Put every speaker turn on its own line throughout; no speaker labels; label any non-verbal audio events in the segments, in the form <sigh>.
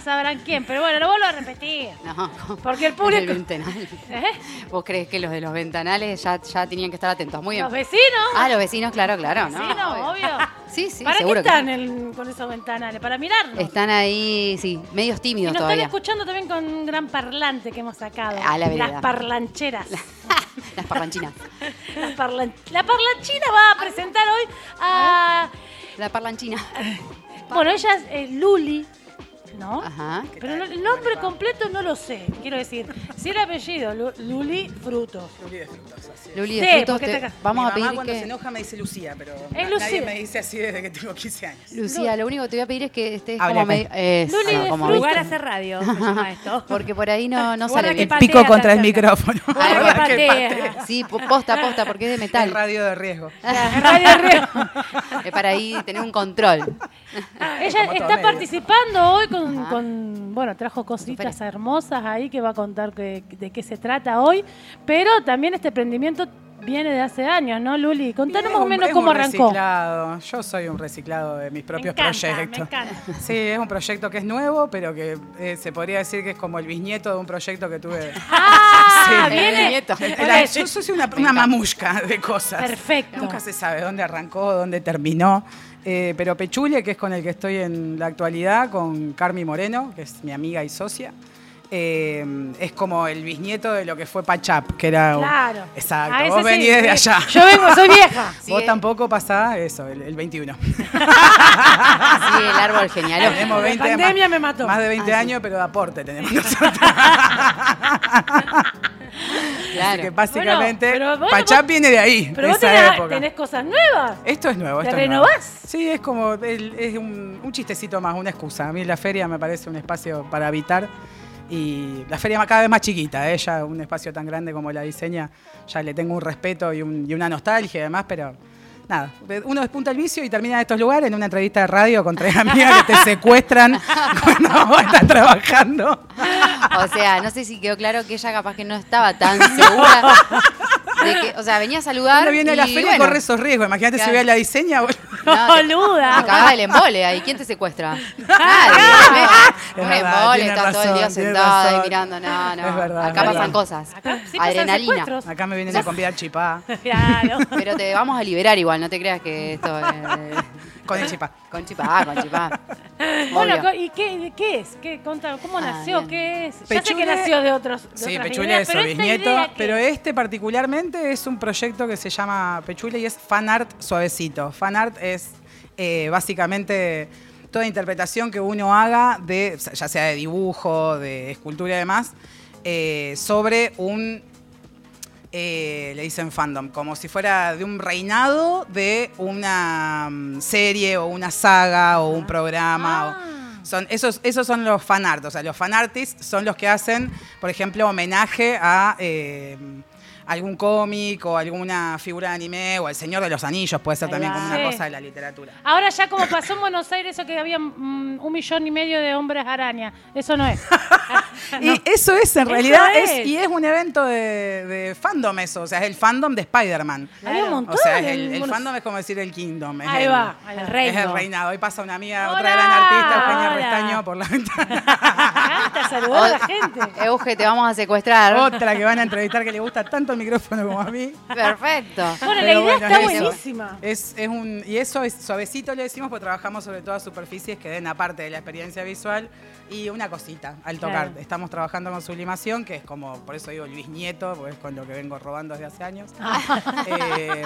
sabrán quién, pero bueno, lo vuelvo a repetir.
No,
Porque el
Los del
público.
ventanal.
¿Eh?
¿Vos crees que los de los ventanales ya, ya tenían que estar atentos? Muy bien.
Los vecinos.
Ah, los vecinos, claro, claro, ¿no?
Sí, no, obvio.
<laughs> Sí, sí,
¿Para qué
seguro que
están eh? el- con esos ventanales? Para mirarnos.
Están ahí, sí, medios
y
tímidos
nos
todavía.
están escuchando también con un gran parlante que hemos sacado.
A la vereda.
Las parlancheras.
Las parlanchinas.
Las parlan- La parlanchina va a presentar hoy
Ah,
a.
La parlanchina.
<laughs> Bueno, ella es eh, Luli, ¿no?
Ajá.
Pero no- el nombre completo no lo sé, quiero decir. Si el apellido, Lu- Luli Frutos.
Luli de frutas, así es.
Luli,
Sí,
de frutos,
porque
te-
está acá.
vamos
Mi
a
mamá
pedir
cuando
que...
se enoja me dice Lucía, pero na-
Es Lucía.
nadie me dice así desde que tengo 15 años.
Lucía, lo único que te voy a pedir es que estés
Habla
como...
acá.
medio- eh,
Luli
sí,
de
como-
frutos.
Jugar a hacer radio, se llama esto.
<laughs> Porque por ahí no, no sale
Guarda que
bien.
pa- patea tan cerca.
micrófono.
Guarda
que
Guarda que
patea.
patea.
Sí, po- posta, posta, porque es de
Es <laughs>
metal.
radio de riesgo.
Radio Río.
Es para ahí tener un control.
Ella
Como todo
está
medio.
participando hoy con,
Ajá.
con- bueno, trajo cositas
Superes.
hermosas ahí que va a contar que- de qué se trata hoy, pero también este emprendimiento viene de hace años, ¿no, Luli? Contanos
Es
más o
un-
menos
es un
cómo arrancó.
reciclado. Yo soy un reciclado de mis propios
encanta, me
proyectos.
encanta.
Sí, es un proyecto que es nuevo, pero que eh, se podría decir que es como el bisnieto de un proyecto
<laughs>
que tuve.
<laughs> Ah,
Sí.
viene.
Eh, Nieto.
Era- yo soy una, una mamushka de cosas.
Perfecto.
Nunca se sabe dónde arrancó, dónde terminó. Eh, pero Pechule, que es con el que estoy en la actualidad, con Carmi Moreno, que es mi amiga y socia, eh, es como el bisnieto de lo que fue Pachap, que era. un-
Claro.
Exacto.
Ah, ese
Vos
sí,
venís desde
sí.
allá.
Yo vengo, soy vieja.
Sí,
Vos
eh.
tampoco pasás eso, el, el 21.
Sí, el árbol
Tenemos
genial.
20
La pandemia
más,
me mató.
Más de 20 años, pero de aporte
<laughs>
tenemos nosotros. Así que
Claro.
básicamente,
Bueno, pero bueno,
Pachap
vos-
viene de ahí,
Pero
de
vos
esa
tenés,
época.
tenés cosas nuevas.
Esto es nuevo.
¿Te
esto es nuevo.
renovás?
Sí, es como el- es un, un chistecito más, una excusa. A mí la feria me parece un espacio para habitar y la feria cada vez más chiquita. ¿eh? Ya un espacio tan grande como la diseña, ya le tengo un respeto y, un- y una nostalgia y demás, pero nada. Uno despunta el vicio y termina en estos lugares en una entrevista de radio con tres amigas que te
<laughs>
secuestran cuando vos estás trabajando.
O sea, no sé si quedó claro que ella capaz que no estaba tan segura. de que- o sea, venía a saludar.
Uno viene a la
y
feria y
bueno,
corre esos riesgos. Imagínate si
Claro.
voy a la diseña. boludo.
No, te-
Boluda.
te cagaba el embole ahí. ¿Quién te secuestra?
<laughs>
Nadie.
Es
Un
verdad,
embole,
tiene
está todo el
razón,
día
tiene
sentada y
razón.
mirando. No, no.
Es verdad,
Acá
es
pasan
verdad.
cosas.
Acá sí pasan
Adrenalina.
secuestros.
Acá me vienen a convidar chipá.
Claro.
<laughs>
Pero te vamos a liberar igual, no te creas que esto es.
Con el chipá.
Con chipá, con chipá.
Bueno,
Obvio.
co- ¿y qué, qué es? ¿Qué, conta, ¿Cómo
Ah,
nació?
bien.
¿Qué es? ya sé que
Pechule-
nació de otros. de
Sí,
otras
Pechule
ideas,
es
pero esta
bisnieto,
idea que-
pero este particularmente es un proyecto que se llama Pechule y es fan art suavecito. Fan art es eh, básicamente toda interpretación que uno haga de, ya sea de dibujo, de escultura y demás, eh, sobre un eh, le dicen fandom, como si fuera de un reinado de una mm, serie o una saga o un programa.
Ah.
o- son, esos, esos son los fanart, o sea, los fanartists son los que hacen, por ejemplo, homenaje a eh, algún cómic o alguna figura de anime o al Señor de los Anillos, puede ser
Ahí
también
va.
como una
Sí.
cosa de la literatura.
Ahora ya como pasó en Buenos Aires eso que había mm, un millón y medio de hombres araña. Eso no es.
Y eso es, en realidad,
es.
es. y es un evento de, de fandom eso, o sea, es el fandom de Spider-Man.
Había un montón
O sea,
en
es el, el
Buenos-
fandom es como decir el Kingdom. es
Ahí
el-
va. ahí va.
El
Es el
reino.
reinado. Hoy pasa una amiga,
Hola.
otra gran artista, Eugenia
Hola.
Restaño, por la ventana.
Me encanta saludar a la gente.
Euge, te vamos a secuestrar.
otra que van a entrevistar que le gusta tanto el micrófono como a mí.
Perfecto.
Bueno, la idea
Pero bueno,
está
es eso.
buenísima.
Es, es un, y eso es suavecito, le decimos, porque trabajamos sobre todo a superficies que den aparte de la experiencia visual y una cosita al tocar.
Claro.
Estamos trabajando con sublimación, que es como, por eso digo Luis Nieto, porque es con lo que vengo robando desde hace
<laughs>
años.
Ah.
Eh,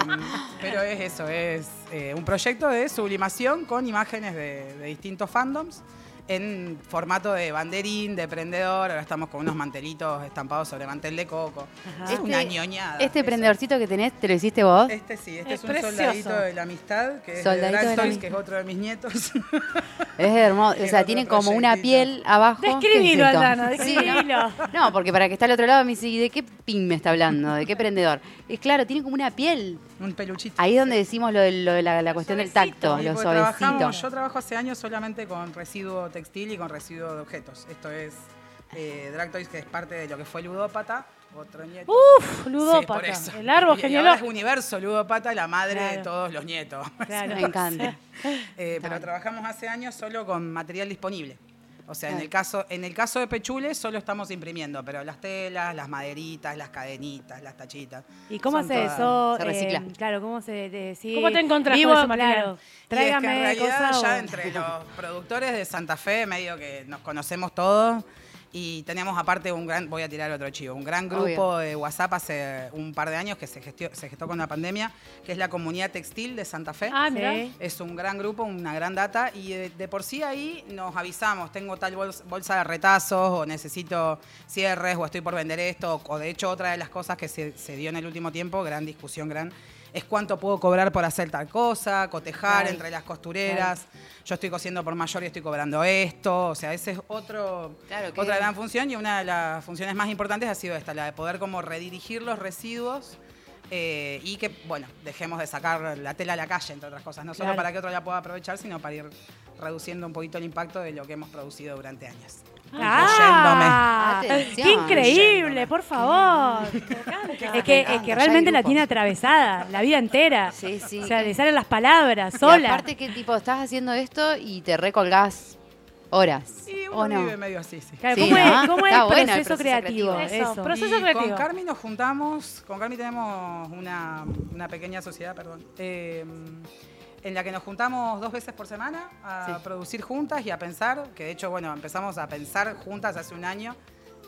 pero es eso, es eh, un proyecto de sublimación con imágenes de, de distintos fandoms en formato de banderín, de prendedor, ahora estamos con unos mantelitos estampados sobre mantel de coco. Es
Este-
una ñoñada.
Este
eso.
prendedorcito que tenés, ¿te lo hiciste vos?
Este sí, este
Es
es, un
precioso.
soldadito de la amistad, que es de
Soldadito
Drag
de la
Stories,
amistad.
que es otro de mis nietos. <laughs>
Es hermoso. O
Es
sea,
otro
tiene como una
proyectito.
piel abajo. ¿Qué
Describilo,
es esto?
Aldana,
Sí,
describilo.
¿no? No, porque para que está al otro lado me dice, ¿y de qué pin me está hablando? ¿De qué prendedor? Es claro, tiene como una piel.
un peluchito.
Ahí es donde decimos lo de, lo de la, la cuestión del tacto,
Y
los
porque trabajamos-
suavecitos.
Yo trabajo hace años solamente con residuo textil y con residuo de objetos. Esto es eh, Drag Toys, que es parte de lo que fue Ludópata, otro nieto.
Uf,
Sí, por
Uh, ludópata.
eso.
el árbol
Y- y ahora es
genealógico.
universo ludópata, la madre de
Claro.
todos los nietos.
Claro.
Me encanta.
Eh, pero
bien.
trabajamos hace años solo con material disponible. O sea, en el caso, en el caso de Pechule solo estamos imprimiendo, pero las telas, las maderitas, las cadenitas, las tachitas.
¿Y cómo
son
se
todas-
eso?
Se recicla.
eh, claro, ¿cómo se eh, sí,
¿Cómo te encontrás
vivo,
con ese material?
claro.
Y es que en
Tráigame
realidad
cosas.
ya
o- <laughs>
entre los productores de Santa Fe, medio que nos conocemos todos y tenemos aparte un gran, voy a tirar otro chivo, un gran grupo de WhatsApp hace un par de años que se, gestió- se gestó con la pandemia, que es la comunidad textil de Santa Fe.
Ah, mira.
Sí.
Es un gran grupo, una gran data y de, de por sí ahí nos avisamos, tengo tal bols- bolsa de retazos o necesito cierres o estoy por vender esto o de hecho otra de las cosas que se, se dio en el último tiempo, gran discusión, gran, es cuánto puedo cobrar por hacer tal cosa, cotejar
Ay.
entre las costureras, yo estoy cosiendo por mayor y estoy cobrando esto, o sea, ese es otro,
Claro que-
otra gran función y una de las funciones más importantes ha sido esta, la de poder como redirigir los residuos. eh, y que, bueno, dejemos de sacar la tela a la calle, entre otras cosas. No solo
Claro.
para que otro la pueda aprovechar, sino para ir reduciendo un poquito el impacto de lo que hemos producido durante años.
Ah,
Atención.
¡Qué increíble!
Yéndome.
Por favor. Es que, es que
ya
realmente
hay
la
grupos.
tiene atravesada, la vida entera.
Sí, sí.
O sea, le salen las palabras sola.
Y aparte que tipo, estás haciendo esto y te recolgás horas.
Y uno
¿O no?
vive medio así, sí.
Claro,
Sí, ¿no?
¿Cómo, es, cómo es
Está bueno el
el proceso,
proceso
creativo?
creativo. Eso,
Eso.
pro- Proceso
Y
creativo.
Con Carmi nos juntamos, con Carmi tenemos una, una pequeña sociedad, perdón, eh, en la que nos juntamos dos veces por semana a producir juntas y a pensar, que de hecho, bueno, empezamos a pensar juntas hace un año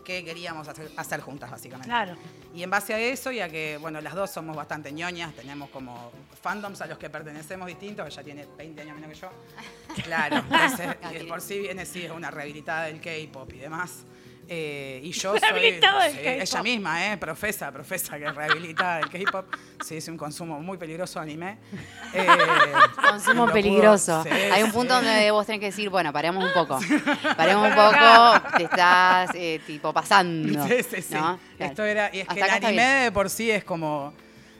qué queríamos hacer, hacer juntas, básicamente.
Claro.
Y en base a eso, y a que, bueno, las dos somos bastante ñoñas, tenemos como fandoms a los que pertenecemos distintos, ella tiene 20 años menos que yo.
<laughs>
Claro, entonces, y de por sí viene, sí, es una rehabilitada del K-pop y demás. Eh,
<laughs>
y yo soy.
Rehabilitada del
sí,
K-pop.
ella misma, ¿eh? Profesa, profesa que es rehabilitada del K-pop. Sí, es un consumo muy peligroso
<laughs>
de anime. Eh,
Consumo
<laughs> lo pudo-
peligroso.
sí,
Hay un
sí.
punto donde vos tenés que decir, bueno, paremos un
<laughs>
poco. Paremos un poco, te estás eh, tipo pasando.
Sí, sí, sí.
¿no? Claro.
Esto era. Y es
Hasta
que el
acá está
anime
bien.
de por sí es como.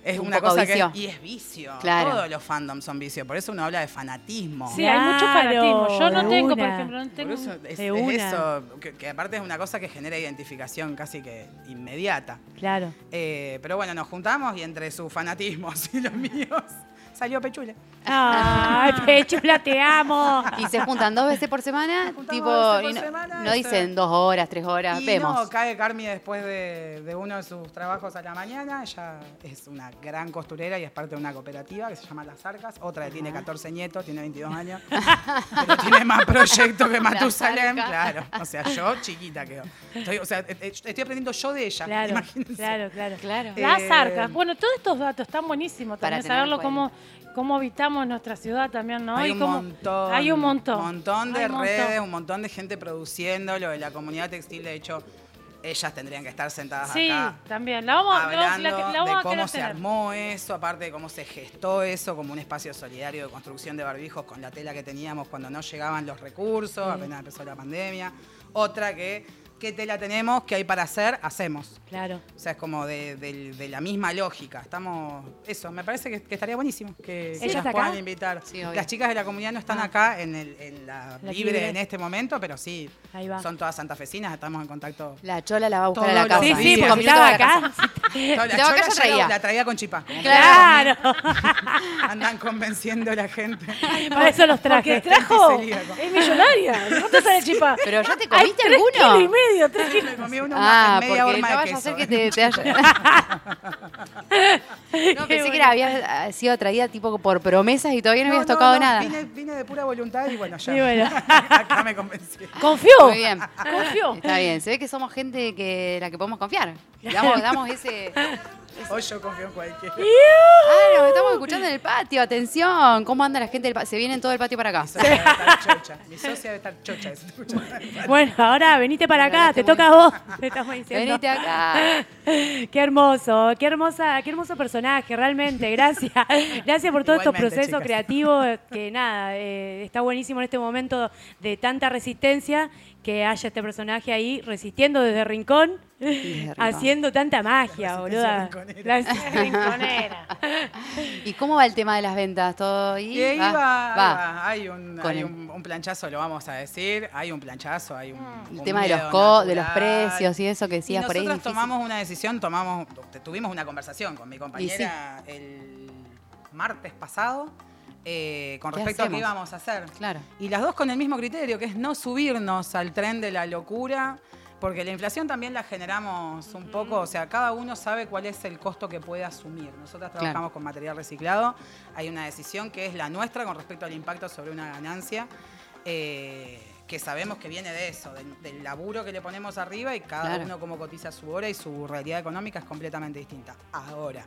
Es
Un
una
poco
cosa
vicio.
que. es- y es vicio.
Claro.
Todos los fandoms son vicio. Por eso uno habla de fanatismo.
Sí, hay mucho fanatismo. Yo
Claro,
no tengo, por
una.
ejemplo, no tengo.
Por eso es,
de
es
una.
eso. Que, que aparte es una cosa que genera identificación casi que inmediata.
Claro.
Eh, pero bueno, nos juntamos y entre sus <laughs> fanatismos y los míos salió Pechule.
<laughs>
Ay, Pechula, te amo.
Y se juntan dos veces por semana,
juntamos
tipo,
dos veces por
y no,
semana,
no
o
dicen
sea.
dos horas, tres horas,
y
vemos.
no, cae Carmi después de, de uno de sus trabajos a la mañana. Ella es una gran costurera y es parte de una cooperativa que se llama Las Arcas. Otra que tiene 14 nietos,
<laughs>
tiene 22 años. pero tiene más proyectos que Matusalem.
Arcas.
Claro. O sea, yo chiquita quedo. Estoy, o sea, eh, eh, estoy aprendiendo yo de ella.
Claro,
imagínense.
claro, claro.
Claro.
Eh,
Las arcas. Bueno, todos estos datos están buenísimos.
Para
También
tener
saberlo
en
cómo, cómo habitamos nuestra ciudad también, ¿no?
Hay
Y
un
cómo-
montón.
Hay un montón.
montón de
Hay un montón.
redes, un montón de gente produciendo. Lo de la comunidad textil, de hecho, ellas tendrían que estar sentadas
Sí,
acá.
también. La vamos, la- la-
hablando
la vamos a
de cómo
querer
se
tener.
armó eso, aparte de cómo se gestó eso como un espacio solidario de construcción de barbijos con la tela que teníamos cuando no llegaban los recursos, apenas empezó la pandemia. Otra que, ¿qué tela tenemos? ¿Qué hay para hacer? Hacemos.
Claro.
O sea, es como de, del- de la misma lógica. Estamos. Eso, me parece que, que estaría buenísimo que, que
¿Ellas
las
acá?
puedan invitar.
Sí, obvio.
las chicas de la comunidad no están acá en, el- en la,
La
libre,
libre.
en este momento, pero sí.
Ahí va.
Son todas santafesinas, estamos en contacto.
La chola la va a buscar
Todos
a la casa.
los
Sí,
Pasa. días.
sí,
Cinco
porque
minutos
estaba
de la casa.
acá.
No,
La vaca ya
llega-
traía.
la traía con chipá. como
Claro.
Andan convenciendo a
<laughs>
la gente.
<laughs> Para eso los
Porque
traje.
trajo.
Celíaco.
Es millonaria. ¿Cuánto sale
<laughs>
chipa?
Pero ya te
Hay
comiste
tres kilos y
alguno.
medio, tres kilos.
Me comí uno
Ah,
más en
porque
media
no
horma de
vaya a
queso.
ser
<laughs>
que te, te haya... No, pensé que era, habías ah, sido atraída tipo por promesas y todavía no, habías tocado nada.
Vine, vine de pura voluntad y bueno, ya.
Y bueno.
<laughs> Acá me convencí.
Confió.
<laughs>
Muy bien.
Confió.
Está bien, se ve que somos gente que la que podemos confiar. Damos, damos ese.
Hoy yo confío en cualquiera.
Ah, nos estamos escuchando en el patio, atención. ¿Cómo anda la gente del patio? Se viene todo el patio para acá.
Mi socia debe estar chocha. Mi socia debe estar chocha. de
<laughs>
estar escuchando.
Bueno, ahora venite para acá,
Claro,
te
está
toca a vos. <laughs> Te estamos diciendo.
Venite
<laughs>
acá.
Qué hermoso, qué hermosa, qué hermoso personaje, realmente.
<laughs>
Gracias. Gracias por todos estos
Igualmente,
procesos
chicas.
creativos que nada, eh, está buenísimo en este momento de tanta resistencia que haya este personaje ahí resistiendo desde rincón,
rincón.
haciendo tanta magia, boluda.
rinconera.
Las-
Rinconera.
¿Y cómo va el tema de las ventas? ¿Todo ahí?
Y ahí va,
va,
ahí
Ah, va.
va. Hay, un,
Con
hay
el-
un, un planchazo, lo vamos a decir. Hay un planchazo, hay un.
El
un
tema de los,
miedo
co de los
natural.
precios y eso que
Y
decías por ahí. es
nosotros
difícil.
tomamos una decisión, tomamos, tuvimos una conversación con mi compañera el martes pasado eh, con
¿Qué
respecto a qué
hacemos?
íbamos a hacer.
Claro.
Y las dos con el mismo criterio, que es no subirnos al tren de la locura, porque la inflación también la generamos un poco, o sea, cada uno sabe cuál es el costo que puede asumir. Nosotras
Claro.
trabajamos con material reciclado, hay una decisión que es la nuestra con respecto al impacto sobre una ganancia. eh, que sabemos que viene de eso, del, del laburo que le ponemos arriba y cada
Claro.
uno como cotiza su hora y su realidad económica es completamente distinta. Ahora,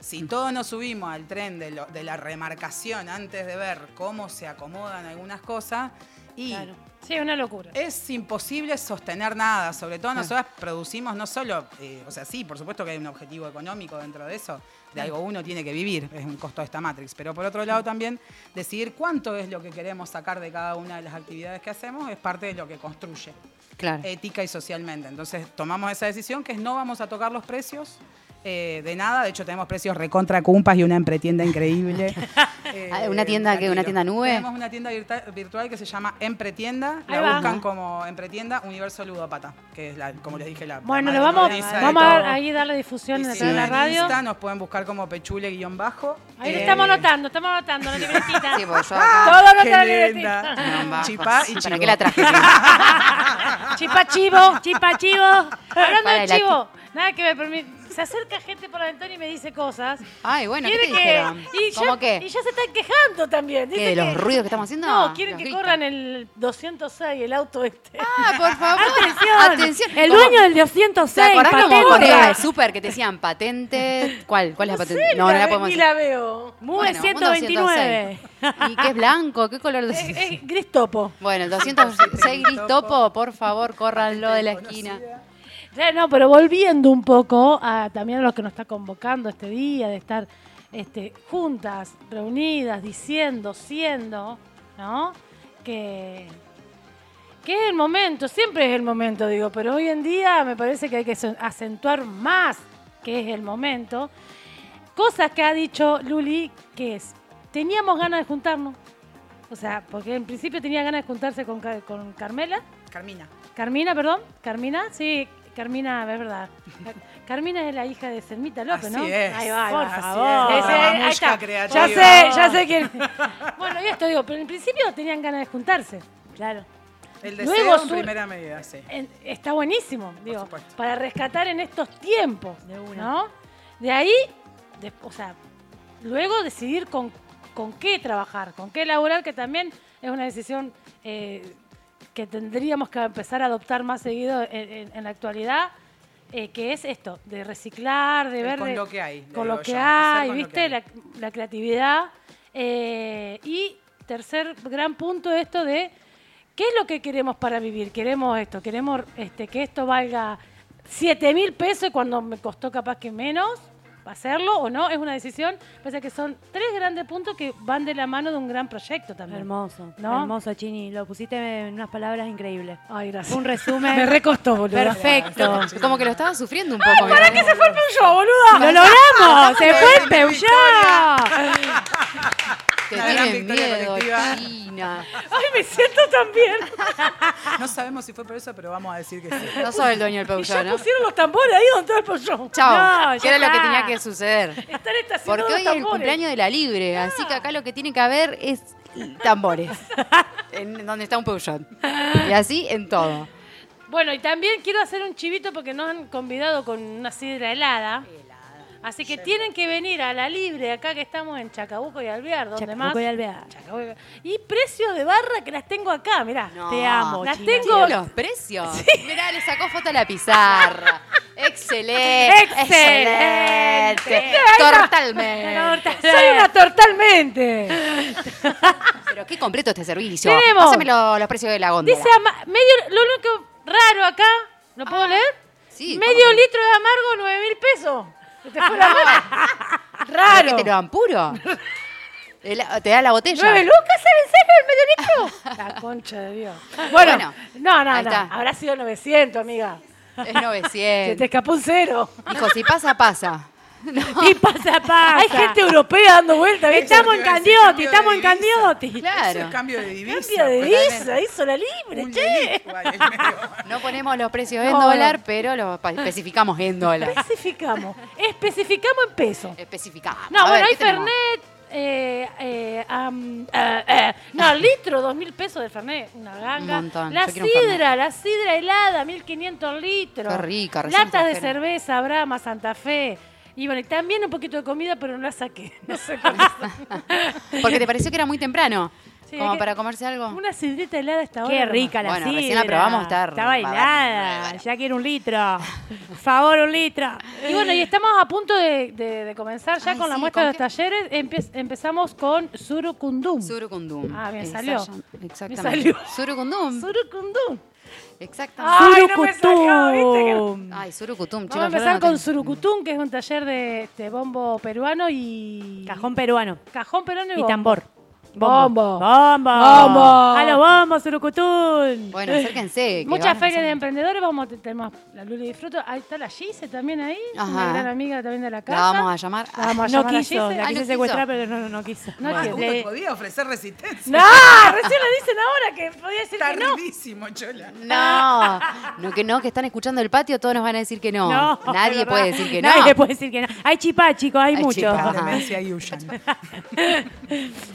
si todos nos subimos al tren de, lo- de la remarcación antes de ver cómo se acomodan algunas cosas, y
Claro. Sí, una locura.
es imposible sostener nada, sobre todo
Claro.
nosotras producimos no solo, eh, o sea, sí, por supuesto que hay un objetivo económico dentro de eso, de algo uno tiene que vivir, es un costo de esta matrix, pero por otro lado también decidir cuánto es lo que queremos sacar de cada una de las actividades que hacemos es parte de lo que construye
Claro.
ética y socialmente. Entonces tomamos esa decisión que es no vamos a tocar los precios eh, de nada. De hecho tenemos precios recontra cumpas y una empretienda increíble. Eh,
Ah, ¿una tienda qué?
al
¿Una
tiro.
tienda nube?
Tenemos una tienda virta- virtual que se llama Empretienda.
Ahí
La
va.
buscan como Empretienda Universo Ludopata, que es la, como les dije la. la
Bueno,
madre
le vamos,
nodriza de
vamos
todo.
a ahí darle difusión
Y
a
si
través de la
en
radio.
Insta nos pueden buscar como pechule guión bajo.
Ahí lo
Eh, ¡Ah!
estamos anotando, estamos anotando la libretita.
Sí, porque yo acá-
Todo anota la
Qué
libretita.
linda. <laughs>
Caramba,
Chipá y
¿Para
chivo.
qué la
<laughs>
traje?
Chipa chivo, chipa chivo. Hablando
Para
de
la
chivo, nada que ver, pero me- se acerca gente por la ventana y me dice cosas.
Ay, bueno, ¿qué
Quiere
te dijeron?
y
¿Cómo
ya,
qué?
Y ya se están quejando también.
¿Qué,
Dicen
de los
que-
ruidos que estamos haciendo?
No, quieren
Los
que
gritos.
corran el 206, el auto este.
Ah, por favor.
<laughs>
Atención, el
¿Cómo-
dueño del
¿Te
206,
acordás
patente.
como corría el súper que te decían patente? ¿Cuál? ¿Cuál es la patente? no, no la podemos
Ni
decir.
la veo.
MUE
Bueno, un
129.
206. ¿Y qué es blanco? ¿Qué
<laughs>
color?
Eh,
Es,
de-
es gris topo.
Bueno, el 206 gris topo, por favor, córranlo de la esquina.
Claro, no, pero volviendo un poco a también a lo que nos está convocando este día, de estar este, juntas, reunidas, diciendo, siendo, ¿no? Que, que es el momento, siempre es el momento, digo, pero hoy en día me parece que hay que so- acentuar más que es el momento. Cosas que ha dicho Luli, que es, teníamos ganas de juntarnos. O sea, porque en principio tenía ganas de juntarse con, Ca- con Carmela,
Carmina.
Carmina, perdón. Carmina, sí, Carmina, es verdad. Carmina es la hija de Selmita López,
Así
¿no?
es.
Ahí va, ahí
Por
va.
favor.
Ese, ahí
Mamushka
está.
creativa.
Ya sé, ya sé quién. bueno, y esto digo, pero en principio tenían ganas de juntarse. Claro.
El
Luego
deseo
sur-
en primera medida, sí.
En- está buenísimo, digo,
supuesto.
para rescatar en estos tiempos,
De
de
una.
¿no? De ahí, de- o sea, luego decidir con, con qué trabajar, con qué elaborar, que también es una decisión eh, que tendríamos que empezar a adoptar más seguido en, en- en la actualidad, eh, que es esto, de reciclar, de
El
ver...
con
de-
lo que hay, le
Con lo
digo
que
yo, hacer
hay,
con lo
¿viste?
que hay.
La, la creatividad. eh, y tercer gran punto, esto de ¿Qué es lo que queremos para vivir? Queremos esto, queremos este, que esto valga 7 mil pesos y cuando me costó capaz que menos hacerlo o no, es una decisión. Pasa que son tres grandes puntos que van de la mano de un gran proyecto también.
Hermoso,
¿No?
hermoso, Chini. Lo pusiste en unas palabras increíbles.
Ay, gracias.
<laughs>
Un resumen.
me recostó, boludo.
Perfecto.
Como que lo estaba sufriendo un poco. ¿Para qué se
fue el Peugeot, boludo?
¡Lo logramos! ¡Se fue el Peugeot!
Te
Una gran
tienen
victoria
miedo,
colectiva.
China.
Ay, me siento tan bien.
No sabemos si fue por eso, pero vamos a decir que sí.
No soy el dueño del
Y ya
Peugeot, ¿no?
pusieron los tambores ahí donde está el Peugeot.
Chao.
No,
que
ya
era lo que
está.
tenía que suceder.
Están estacionados
Porque
los
hoy es el
tambores.
cumpleaños de la libre, así que acá lo que tiene que haber es tambores. en donde está un Peugeot. Y así en todo.
Bueno, y también quiero hacer un chivito porque nos han convidado con una sidra helada. Así que tienen que venir a la libre, acá que estamos en Chacabuco y Alvear, donde más.
Chacabuco y Alvear.
Chacabuco y Alvear. Y precios de barra que las tengo acá, mirá.
No.
Te amo,
Las
China.
tengo-
¿Vieron los precios? Mirá, le sacó foto a la pizarra. Excelente.
Excelente.
Excelente. Totalmente. <laughs>
Soy una totalmente.
Pero qué completo este servicio.
Tenemos.
Pásame lo- los precios de la góndola.
Dice ama- medio, lo único raro acá, ¿lo puedo
Ah.
leer?
sí,
Medio
¿cómo que-
litro de amargo, nueve mil pesos. Se <laughs> te fue la mano. Este Raro.
¿Pero qué te lo dan puro? El- te da la botella.
¿Nueve lucas en serio el medio litro? <laughs> La concha de Dios. Bueno,
Bueno,
no, no,
ahí
no.
está.
Habrá sido 900, amiga.
Es
Se te
<laughs>
900.
escapó un <laughs> cero.
Dijo, si pasa, pasa.
Y pasa, pasa.
Hay gente europea dando vueltas. ¿viste?
Estamos en
Eso te iba a decir,
Candioti,
cambio
estamos
de
en
divisa.
Candioti.
Es el
Claro.
cambio de divisa.
Cambio de
totalmente.
divisa, hizo la libre,
Un
che.
delito ahí en medio.
No ponemos los precios en
No,
dólar, pero los pa- especificamos en dólar.
Especificamos. Especificamos en peso.
Especificamos.
No,
A
bueno,
ver,
hay
¿qué tenemos?
Fernet, eh, eh, am, eh, eh, no, litro, dos mil pesos de Fernet, una ganga.
Un montón,
La
yo quiero un Fernet.
sidra, la sidra helada, 1500 litros.
Qué rica, recién
Latas de
trajeron.
cerveza, Brahma, Santa Fe. Y bueno, y también un poquito de comida, pero no la saqué. <laughs> No sé cómo
Ah, Porque te pareció que era muy temprano.
Sí,
como
es que-
para comerse algo.
Una sidrita helada está
Qué rica la
Bueno,
sidra.
recién la probamos, está
Está
re-
bailada.
bárbara.
Ya quiero un litro. Por favor, un litro.
Y bueno, y estamos a punto de, de- de comenzar ya
Ay,
con la
sí,
muestra de los
¿con
talleres. Empe- empezamos con Surukundum.
Surukundum.
Ah, bien,
Esa-
salió.
Exactamente.
Me salió.
Surukundum.
Surukundum.
Exactamente.
Ay, no me salió,
Surucutum.
Ay, Surucutum, chicos.
Vamos a
yo
empezar
no
con
tengo-
Surucutum, que es un taller de este, bombo peruano y...
Cajón peruano.
Cajón peruano y,
Y
bombo.
tambor.
Bombo.
Bombo.
Bombo.
A los bombos, surucutún.
Bueno, acérquense. que
Muchas
vamos
ferias de
empezando.
emprendedores, vamos a tenemos la Luli Disfruto, ahí está la Gise también ahí, una
Ajá.
gran amiga también de la casa.
La vamos a llamar.
La vamos a
No
llamar a
quiso,
Gise.
la
Ah, no
quise
quiso.
secuestrar, pero no, no, no quiso.
No
Ah,
quiso.
justo
Le-
podía ofrecer resistencia.
No, recién le dicen ahora que podía decir que no.
Tardísimo, chola.
No, no que no, que están escuchando el patio, todos nos van a decir que no.
No,
Nadie
es verdad.
puede decir que no.
Nadie puede decir que no. Hay chipá, chicos, hay,
Hay
muchos.
chipá.
La
Ajá.
demencia y huyan.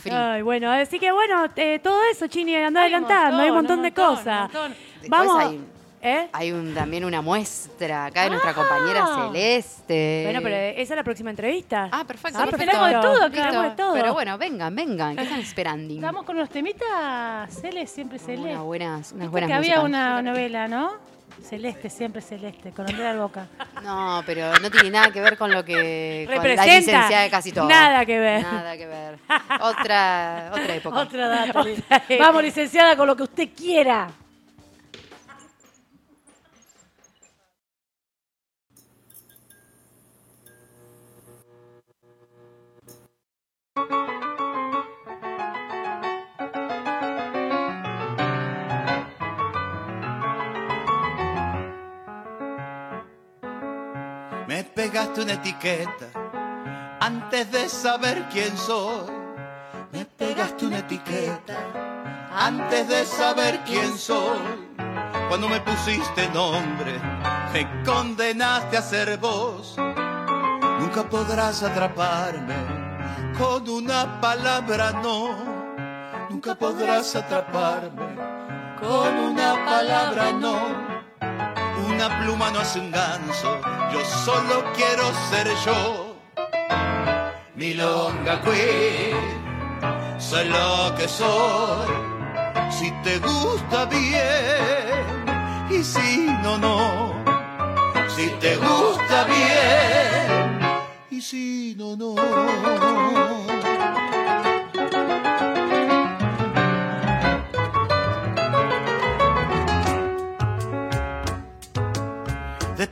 Free.
Ah.
Ay, bueno, así que bueno, eh, todo eso, Chini, anda
Hay un
adelantando, hay un montón,
montón,
de
un
cosas.
montón.
Vamos.
Después hay-
¿Eh?
Hay un- también una muestra acá de
Ah.
nuestra compañera Celeste.
Bueno, pero esa es la próxima entrevista.
eh, Ah, perfecto.
eh, Ah,
perfecto.
tenemos de todo,
Listo.
tenemos de todo.
Pero bueno, vengan, vengan. ¿Qué están esperando?
Estamos con los temitas, Cele siempre Cele.
Unas buenas, unas
Viste
buenas
que había
músicas.
una novela, ¿no? Celeste, siempre celeste, con Andrea al
<laughs>
Boca.
No, pero no tiene nada que ver con lo que con la
Representa.
licenciada de casi todo.
Nada que ver.
Nada que ver. Otra, <laughs> otra época.
Otra data.
Otra.
Vamos, licenciada, con lo que usted quiera.
Me pegaste una etiqueta antes de saber quién soy. Me pegaste una etiqueta antes de saber quién soy. Cuando me pusiste nombre, me condenaste a ser vos. Nunca podrás atraparme con una palabra no. Nunca podrás atraparme con una palabra no. Una pluma no hace un ganso, yo solo quiero ser yo. Milonga Queen, soy lo que soy. Si te gusta bien y si no, no. Si te gusta bien y si no, no.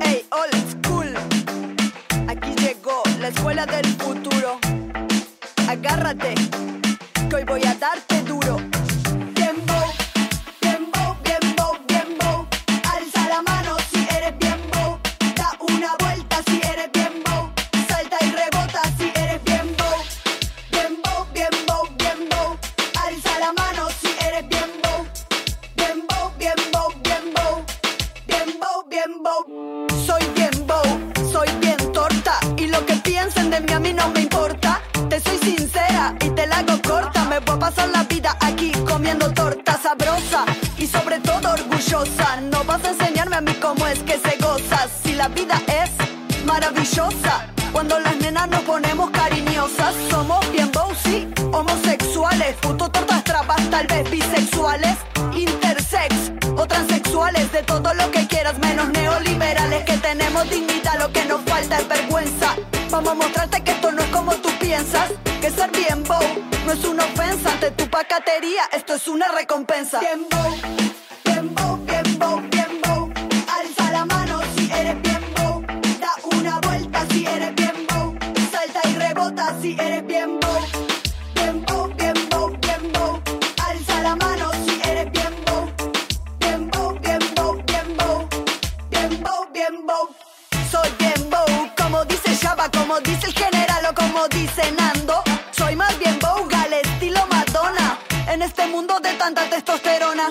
Hey, old school. Aquí llegó la escuela del futuro. Agárrate, que hoy voy a darte duro. Bien bow, bien bow, bien bow, bien bow. Alza la mano si eres bien bow. Da una vuelta si eres bien bow. Salta y rebota si eres bien bow. Bien bow, bien bow, bien bow. Alza la mano si eres bien bow. Bien bow, bien bow, bien bow. Bien bow, bien bow. Soy bien bow, soy bien torta Y lo que piensen de mí a mí no me importa Te soy sincera y te la hago corta Me voy a pasar la vida aquí comiendo torta sabrosa Y sobre todo orgullosa No vas a enseñarme a mí cómo es que se goza Si la vida es maravillosa Cuando las nenas nos ponemos cariñosas Somos bien bow, sí, homosexuales Puto tortas trabas, tal vez bisexuales Intersex o transexuales De todo lo que quieras menos neoliberales Que tenemos dignidad, lo que nos falta es vergüenza Vamos a mostrarte que esto no es como tú piensas Que ser bien bow no es una ofensa Ante tu pacatería, esto es una recompensa Bien bow, bien bow, bien bow, bien bow Alza la mano si eres bien bow Da una vuelta si eres bien bow Salta y rebota si eres bien bow Bien bow, bien bow, bien bow Alza la mano si eres bien bow Bien bow, bien bow, bien bow Bien bow, bien bow Soy bien bow Como dice Chava, como dice el general o como dice Nando Soy más bien bogal, estilo Madonna En este mundo de tanta testosterona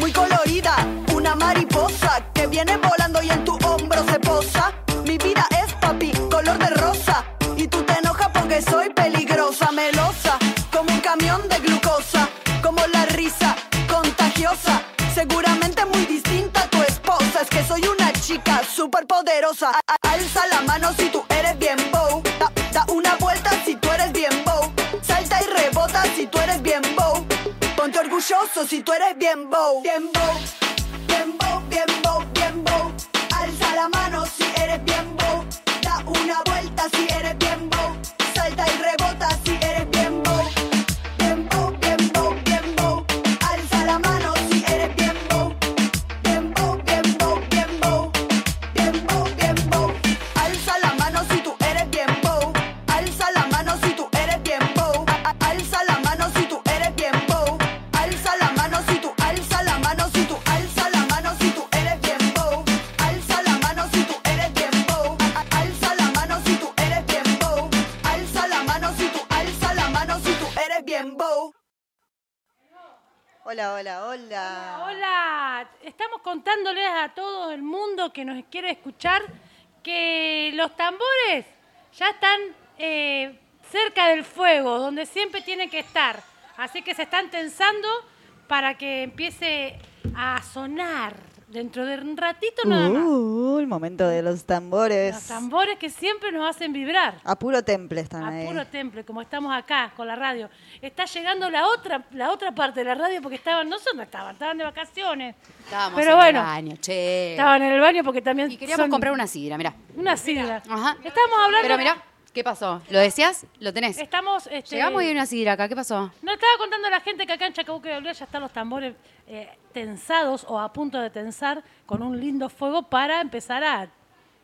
Muy colorida, una mariposa Que viene volando y en tu hombro se posa Mi vida es papi, color de rosa Y tú te enojas porque soy peligrosa, melosa Como un camión de glucosa Como la risa contagiosa Seguramente muy distinta a tu esposa Es que soy una chica súper poderosa Alza la mano si tú eres bien bow da, da una vuelta si tú eres bien bow Salta y rebota si tú eres bien bow Ponte orgulloso si tú eres bien bow Bien bow, bien bow, bien bow, bien bow Alza la mano si eres bien bow Da una vuelta si eres bien bow Salta y rebota si eres bien bow Bien bow, bien bow, bien bow Alza la mano si eres bien bow Bien bow, bien bow, bien bow Bien bow, bien bow Alza la mano si tú eres bien bow Alza la mano si tú eres bien bow A- a- Alza la mano si tú eres bien bow Alza la mano si tú Alza la mano si tú Alza la mano si tú eres bien bow Alza la mano si tú eres bien bow A- a- Alza la mano si tú eres bien bow Alza la mano si tú Alza la mano si tú eres bien bow Hola, hola, hola.
Hola, estamos contándoles a todo el mundo que nos quiere escuchar que los tambores ya están eh, cerca del fuego, donde siempre tienen que estar. Así que se están tensando para que empiece a sonar dentro de un ratito nada más.
Uh, el momento de los
Los
tambores.
tambores que siempre nos hacen vibrar.
A puro temple están
A
ahí.
puro temple, como estamos acá con la radio. Está llegando la otra, la otra parte de la radio porque estaban, no sé dónde estaban, estaban de vacaciones.
Estábamos
Pero
en
bueno.
el baño, che.
Estaban en el baño porque también.
Y queríamos
son
comprar una sidra, mirá.
Una sidra.
Ajá.
Estamos hablando.
Pero mirá, ¿qué pasó? ¿Lo decías? ¿Lo tenés?
Estamos. Este,
Llegamos y hay una sidra acá, ¿qué pasó?
No estaba contando a la gente que acá en Chacabuque de Olea ya están los tambores eh, tensados o a punto de tensar con un lindo fuego para empezar a.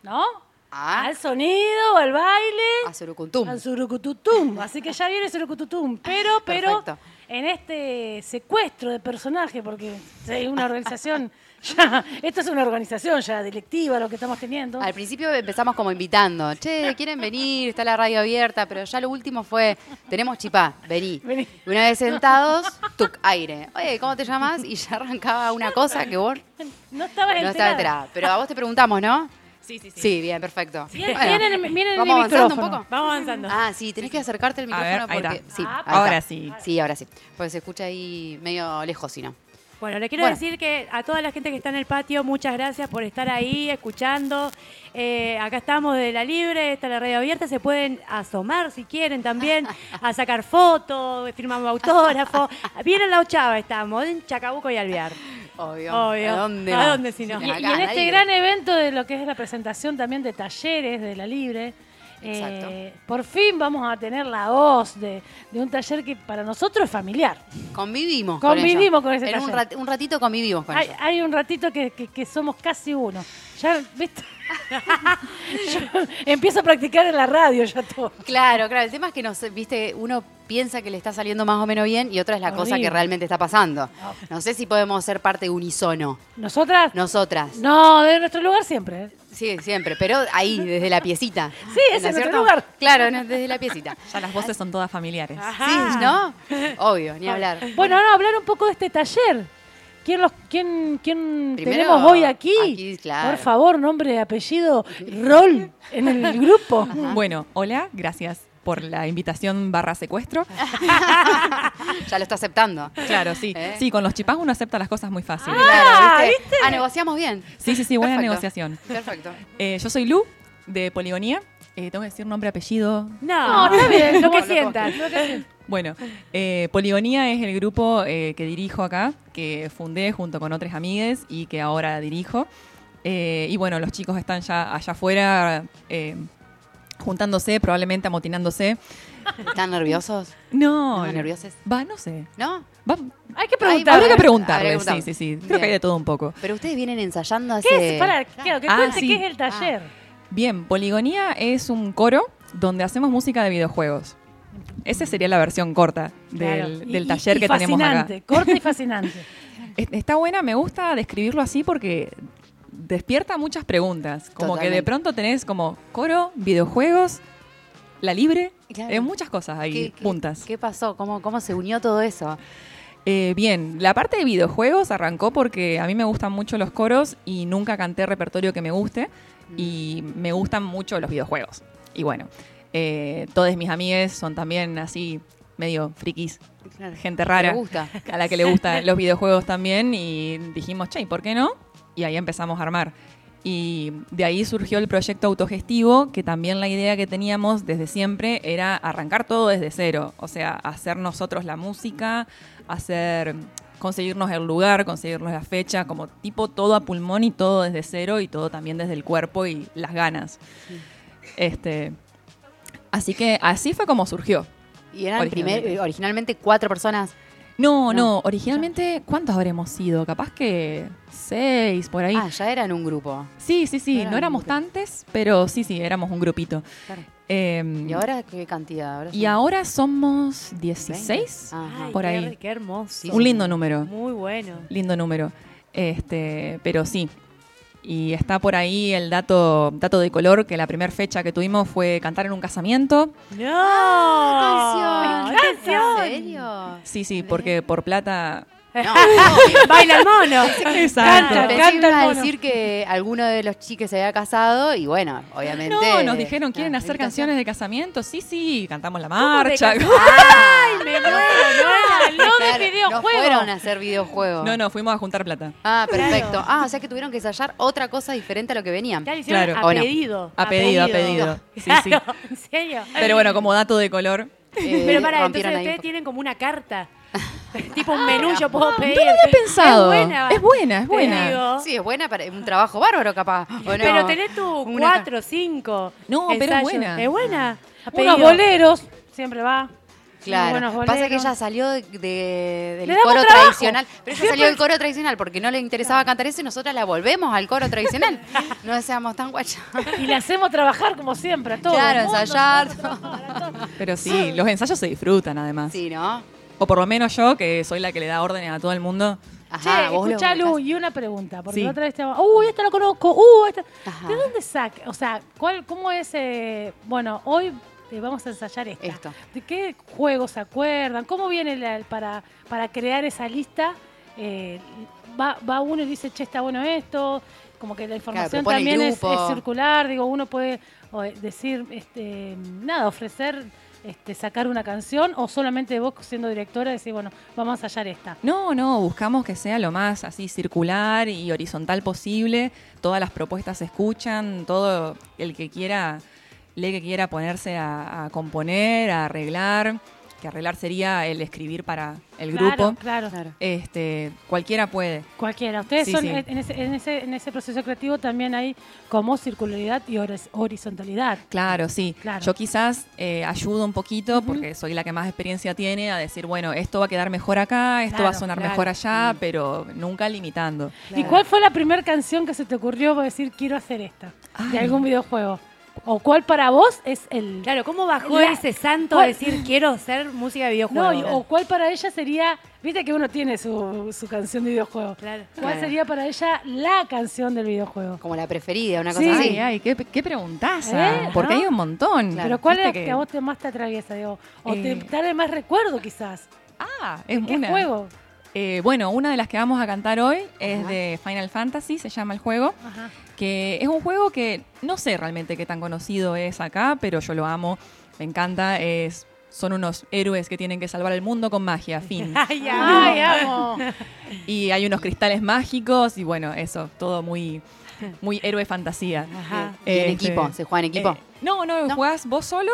¿No?
Ah.
Al sonido, al baile.
A Surucuntum.
Al surucututum. Así que ya viene surucututum. Pero, pero,
Ah, Perfecto.
en este secuestro de personaje, porque es una organización. <laughs> Ya, esto es una organización ya delictiva lo que estamos teniendo.
Al principio empezamos como invitando, che, quieren venir, está la radio abierta, pero ya lo último fue, tenemos chipá, vení.
Vení.
Y una vez sentados, tuc, aire. Oye, ¿cómo te llamas? Y ya arrancaba una cosa que vos
No estabas
no
enterada.
estaba enterada. Pero a vos te preguntamos, ¿no?
Sí, sí, sí.
Sí, bien, perfecto.
Miren,
Bueno,
miren, miren
¿Vamos
el
avanzando un
micrófono.
poco?
Vamos avanzando.
Ah, sí, tenés que acercarte al
A
micrófono
ver, ahí
Ah,
porque.
está.
Sí, ahí
Ahora
está.
sí.
Sí, ahora sí. Porque se escucha ahí medio lejos, si no.
Bueno, le quiero
Bueno.
decir que a toda la gente que está en el patio, muchas gracias por estar ahí escuchando. Eh, acá estamos de la libre, está la radio abierta, se pueden asomar si quieren también, a sacar fotos, firmamos autógrafo. Bien en la ochava estamos, en Chacabuco y Alvear.
Obvio.
Obvio.
¿A dónde?
¿A
más?
dónde si no?
Y, y
Acá,
en este
nadie.
gran evento de lo que es la presentación también de talleres de la Libre, eh, por fin vamos a tener la voz de, de un taller que para nosotros es familiar.
Convivimos.
Convivimos
con,
con ese
ellos. En un,
taller.
rat- un ratito convivimos con
Hay,
ellos.
hay un ratito que, que- que somos casi uno. Ya, ¿viste? Yo empiezo a practicar en la radio ya todo.
Claro, claro. El tema es que nos, viste, uno piensa que le está saliendo más o menos bien y otra es la cosa
Horrible. Ah.
que realmente está pasando. No sé si podemos ser parte unisono,
¿Nosotras?
nosotras.
No, de nuestro lugar siempre. ¿eh?
Sí, siempre, pero ahí, desde la piecita.
Sí, ese es nuestro
cierto?
lugar.
Claro, no, desde la piecita.
Ya las voces son todas familiares.
Sí, ¿no? Obvio, ni hablar.
Bueno, ahora hablar un poco de este taller. ¿Quién, los, quién, quién
Primero,
tenemos hoy aquí?
aquí, claro.
Por favor, nombre, apellido, rol en
<laughs>
el grupo.
Bueno, hola, gracias por la invitación barra secuestro.
Ya lo está aceptando.
Claro, sí.
¿Eh?
Sí, con los chipás uno acepta las cosas muy fácil.
Claro, ¿viste? Ah, negociamos bien.
Sí, sí, sí, buena
Perfecto.
negociación.
Perfecto.
Eh, yo soy Lu, de Poligonía. Eh, tengo que decir nombre, apellido.
No, está bien, lo que sientan. lo que sientan.
Bueno, eh, Poligonía es el grupo eh, que dirijo acá, que fundé junto con otras amigues y que ahora dirijo. Eh, y bueno, los chicos están ya allá afuera eh, juntándose, probablemente amotinándose.
¿Están nerviosos?
No,
¿Están nerviosos?
va, no sé.
¿No?
Va-
Hay que
Ahí
preguntar.
habrá que
Habría que
preguntarle, sí,
preguntar.
sí, sí. Creo
Bien.
que hay de todo un poco.
Pero ustedes vienen ensayando hace...
¿Qué es? Pará, claro, que
Ah,
cuente
sí.
qué es el taller.
Bien, Poligonía es un coro donde hacemos música de videojuegos. Esa sería la versión corta
Claro.
del,
Y-
del
y-
taller
y
que tenemos acá.
fascinante, Corta y fascinante.
Es- Está buena, me gusta describirlo así porque despierta muchas preguntas. Como que
Totalmente.
de pronto tenés como coro, videojuegos, la libre,
Claro.
eh, muchas cosas ahí,
¿Qué- qué-
puntas.
¿Qué pasó? ¿Cómo, ¿Cómo se unió todo eso?
Eh, bien, la parte de videojuegos arrancó porque a mí me gustan mucho los coros y nunca canté repertorio que me guste y
Mm.
me gustan mucho los videojuegos. Y bueno, eh, todas mis amigas son también así medio frikis,
Claro.
gente rara,
Me gusta.
<laughs> a la que le gustan los videojuegos también y dijimos, che, ¿y por qué no? Y ahí empezamos a armar. Y de ahí surgió el proyecto autogestivo, que también la idea que teníamos desde siempre era arrancar todo desde cero, o sea, hacer nosotros la música, hacer conseguirnos el lugar, conseguirnos la fecha, como tipo todo a pulmón y todo desde cero y todo también desde el cuerpo y las ganas. Este, así que así fue como surgió.
Y eran primer-
Originalmente.
eh, originalmente cuatro personas. No,
No, no, originalmente, ¿cuántos habremos sido? Capaz que seis, por ahí.
Ah, ya eran un grupo.
sí, sí, sí,
eran
no éramos
muchos.
tantos, pero sí, sí, éramos un grupito.
Claro.
Em,
¿Y ahora qué cantidad? Ahora
y
son
ahora somos
20.
16.
Ajá.
<laughs> Ay,
Por
qué
ahí.
re- Qué hermoso.
un lindo número,
Muy bueno.
lindo número. Este, pero sí. Y está por ahí el dato, dato de color que la primera fecha que tuvimos fue cantar en un casamiento.
¡No!
¡Canción!
¡Canción!
¿En serio?
Sí, sí, porque por plata. <laughs>
No,
<laughs> ¡Baila el mono!
Pensé
canta
Exacto.
que ibas
el
a
mono.
decir que alguno de los chiques se había casado y bueno, obviamente.
No, nos dijeron, ¿quieren
Ah,
hacer
invitación.
canciones de casamiento? Sí, sí, cantamos la
¿Cómo de
marcha.
¡Ay, me muero! <laughs>
No de
No, no,
Ah, Claro,
videojuegos.
No fueron a hacer videojuegos.
<laughs> No, no, fuimos a juntar plata.
Ah, perfecto. Ah, o sea que tuvieron que ensayar otra cosa diferente a lo que venían.
Ya lo hicieron
Claro.
a
¿O no?
pedido.
A pedido, a pedido. Sí,
<laughs>
sí.
Claro, ¿En serio?
Pero bueno, como dato de color.
Eh,
Pero para, entonces
rompieron ahí un
ustedes
poco.
tienen como una carta. tipo un menú, yo puedo pedir.
pensado.
Es buena.
Es buena, es
te
buena.
Oh.
digo.
Sí, es buena para un trabajo
<gasps>
bárbaro, capaz. ¿o no?
Pero tenés tu
Una-
cuatro, cinco.
No, pero es
ensayos.
buena.
Es buena. A pedido.
Ah, Unos boleros, siempre va.
Claro.
Unos buenos
Pasa que
boleros.
ella salió de- de- del
Le damos
coro
trabajo.
tradicional. Pero ella salió del coro tradicional porque no le interesaba cantar eso y nosotras la volvemos al
<laughs>
coro tradicional. No seamos tan guachas.
Y le hacemos trabajar como siempre a todos.
Claro, ensayar.
Pero sí, los ensayos se disfrutan además.
Sí, ¿no?
O por lo menos yo, que soy la que le da órdenes a todo el mundo.
Ajá,
che,
Ah, vos lo
escuchá, Lu,
volcás.
y una pregunta, porque
Sí.
la otra vez estaba, uy, esta la conozco, uh, esta.
Ajá.
¿De dónde saca? O sea, ¿cuál, ¿cómo es? eh, bueno, hoy eh, vamos a ensayar esta.
Esto.
¿De qué juegos se acuerdan? ¿Cómo viene la- para, para crear esa lista? Eh, va, va uno y dice, che, está bueno esto. Como que la información
propone el
también es,
grupo.
es circular. Digo, uno puede o, eh, decir, este, nada, ofrecer este, sacar una canción o solamente vos siendo directora decís, bueno, vamos a hallar esta?
No, no, buscamos que sea lo más así circular y horizontal posible. Todas las propuestas se escuchan, todo el que quiera, le que quiera ponerse a, a componer, a arreglar, que arreglar sería el escribir para el grupo.
Claro, claro.
Este, cualquiera puede.
Cualquiera. Ustedes
Sí,
son,
sí.
En, ese, en, ese, en ese proceso creativo también hay como circularidad y horiz- horizontalidad.
Claro, sí.
Claro.
Yo quizás eh, ayudo un poquito porque soy la que más experiencia tiene a decir, bueno, esto va a quedar mejor acá, esto va a
Claro,
sonar
claro.
mejor allá, pero nunca limitando.
¿Y cuál fue la primera canción que se te ocurrió para decir quiero hacer esta? De algún videojuego. ¿O cuál para vos es el...
Claro, ¿cómo bajó
La-
ese santo
¿Cuál?
a decir quiero hacer música de
No,
videojuegos?
y- o cuál para ella sería... Viste que uno tiene su, su canción de videojuego.
Claro.
¿Cuál sería para ella la canción del videojuego?
Como la preferida, una
Sí.
cosa
Ay,
así.
ay, qué, qué preguntaza.
¿Eh?
Porque
Ajá.
hay un montón.
Claro.
Pero ¿cuál es
Viste
la que... a vos te más te atraviesa? Digo, o
Eh.
te trae más recuerdo quizás.
Ah, es
¿Qué
una.
juego?
Eh, bueno, una de las que vamos a cantar hoy es de Final Fantasy, se llama el juego,
Ajá.
que es un juego que no sé realmente qué tan conocido es acá, pero yo lo amo, me encanta, es, son unos héroes que tienen que salvar el mundo con
<laughs>
magia, fin.
Ay,
¡Ay, amo!
y hay unos cristales mágicos y bueno, eso, todo muy, muy héroe fantasía.
Ajá.
Eh, Y en
Este,
equipo, se juega en equipo.
eh, no, no,
No.
jugás vos solo,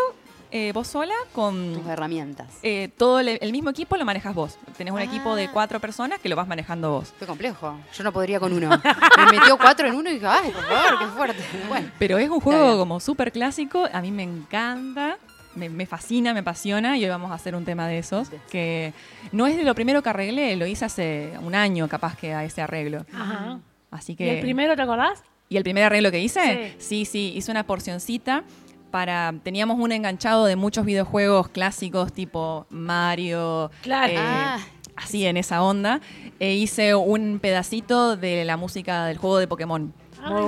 eh, vos sola con...
Tus herramientas.
eh, todo el, el mismo equipo lo manejas vos. Tenés un
Ah.
equipo de cuatro personas que lo vas manejando vos.
Qué complejo. Yo no podría con uno. Me metió cuatro en uno y dije, ay, por favor, qué
<laughs>
fuerte. Bueno,
Pero es
bien.
un juego como súper clásico, a mí me encanta, me, me fascina, me apasiona y hoy vamos a hacer un tema de esos, que no es de lo primero que arreglé, lo hice hace un año capaz que a ese arreglo.
Ajá.
Así que...
¿Y el primero te acordás?
¿Y el primer arreglo que hice? Sí, sí, hice una porcioncita para... Teníamos un enganchado de muchos videojuegos clásicos tipo Mario,
Claro.
eh,
Ah.
así en esa onda, e hice un pedacito de la música del juego de Pokémon.
Muy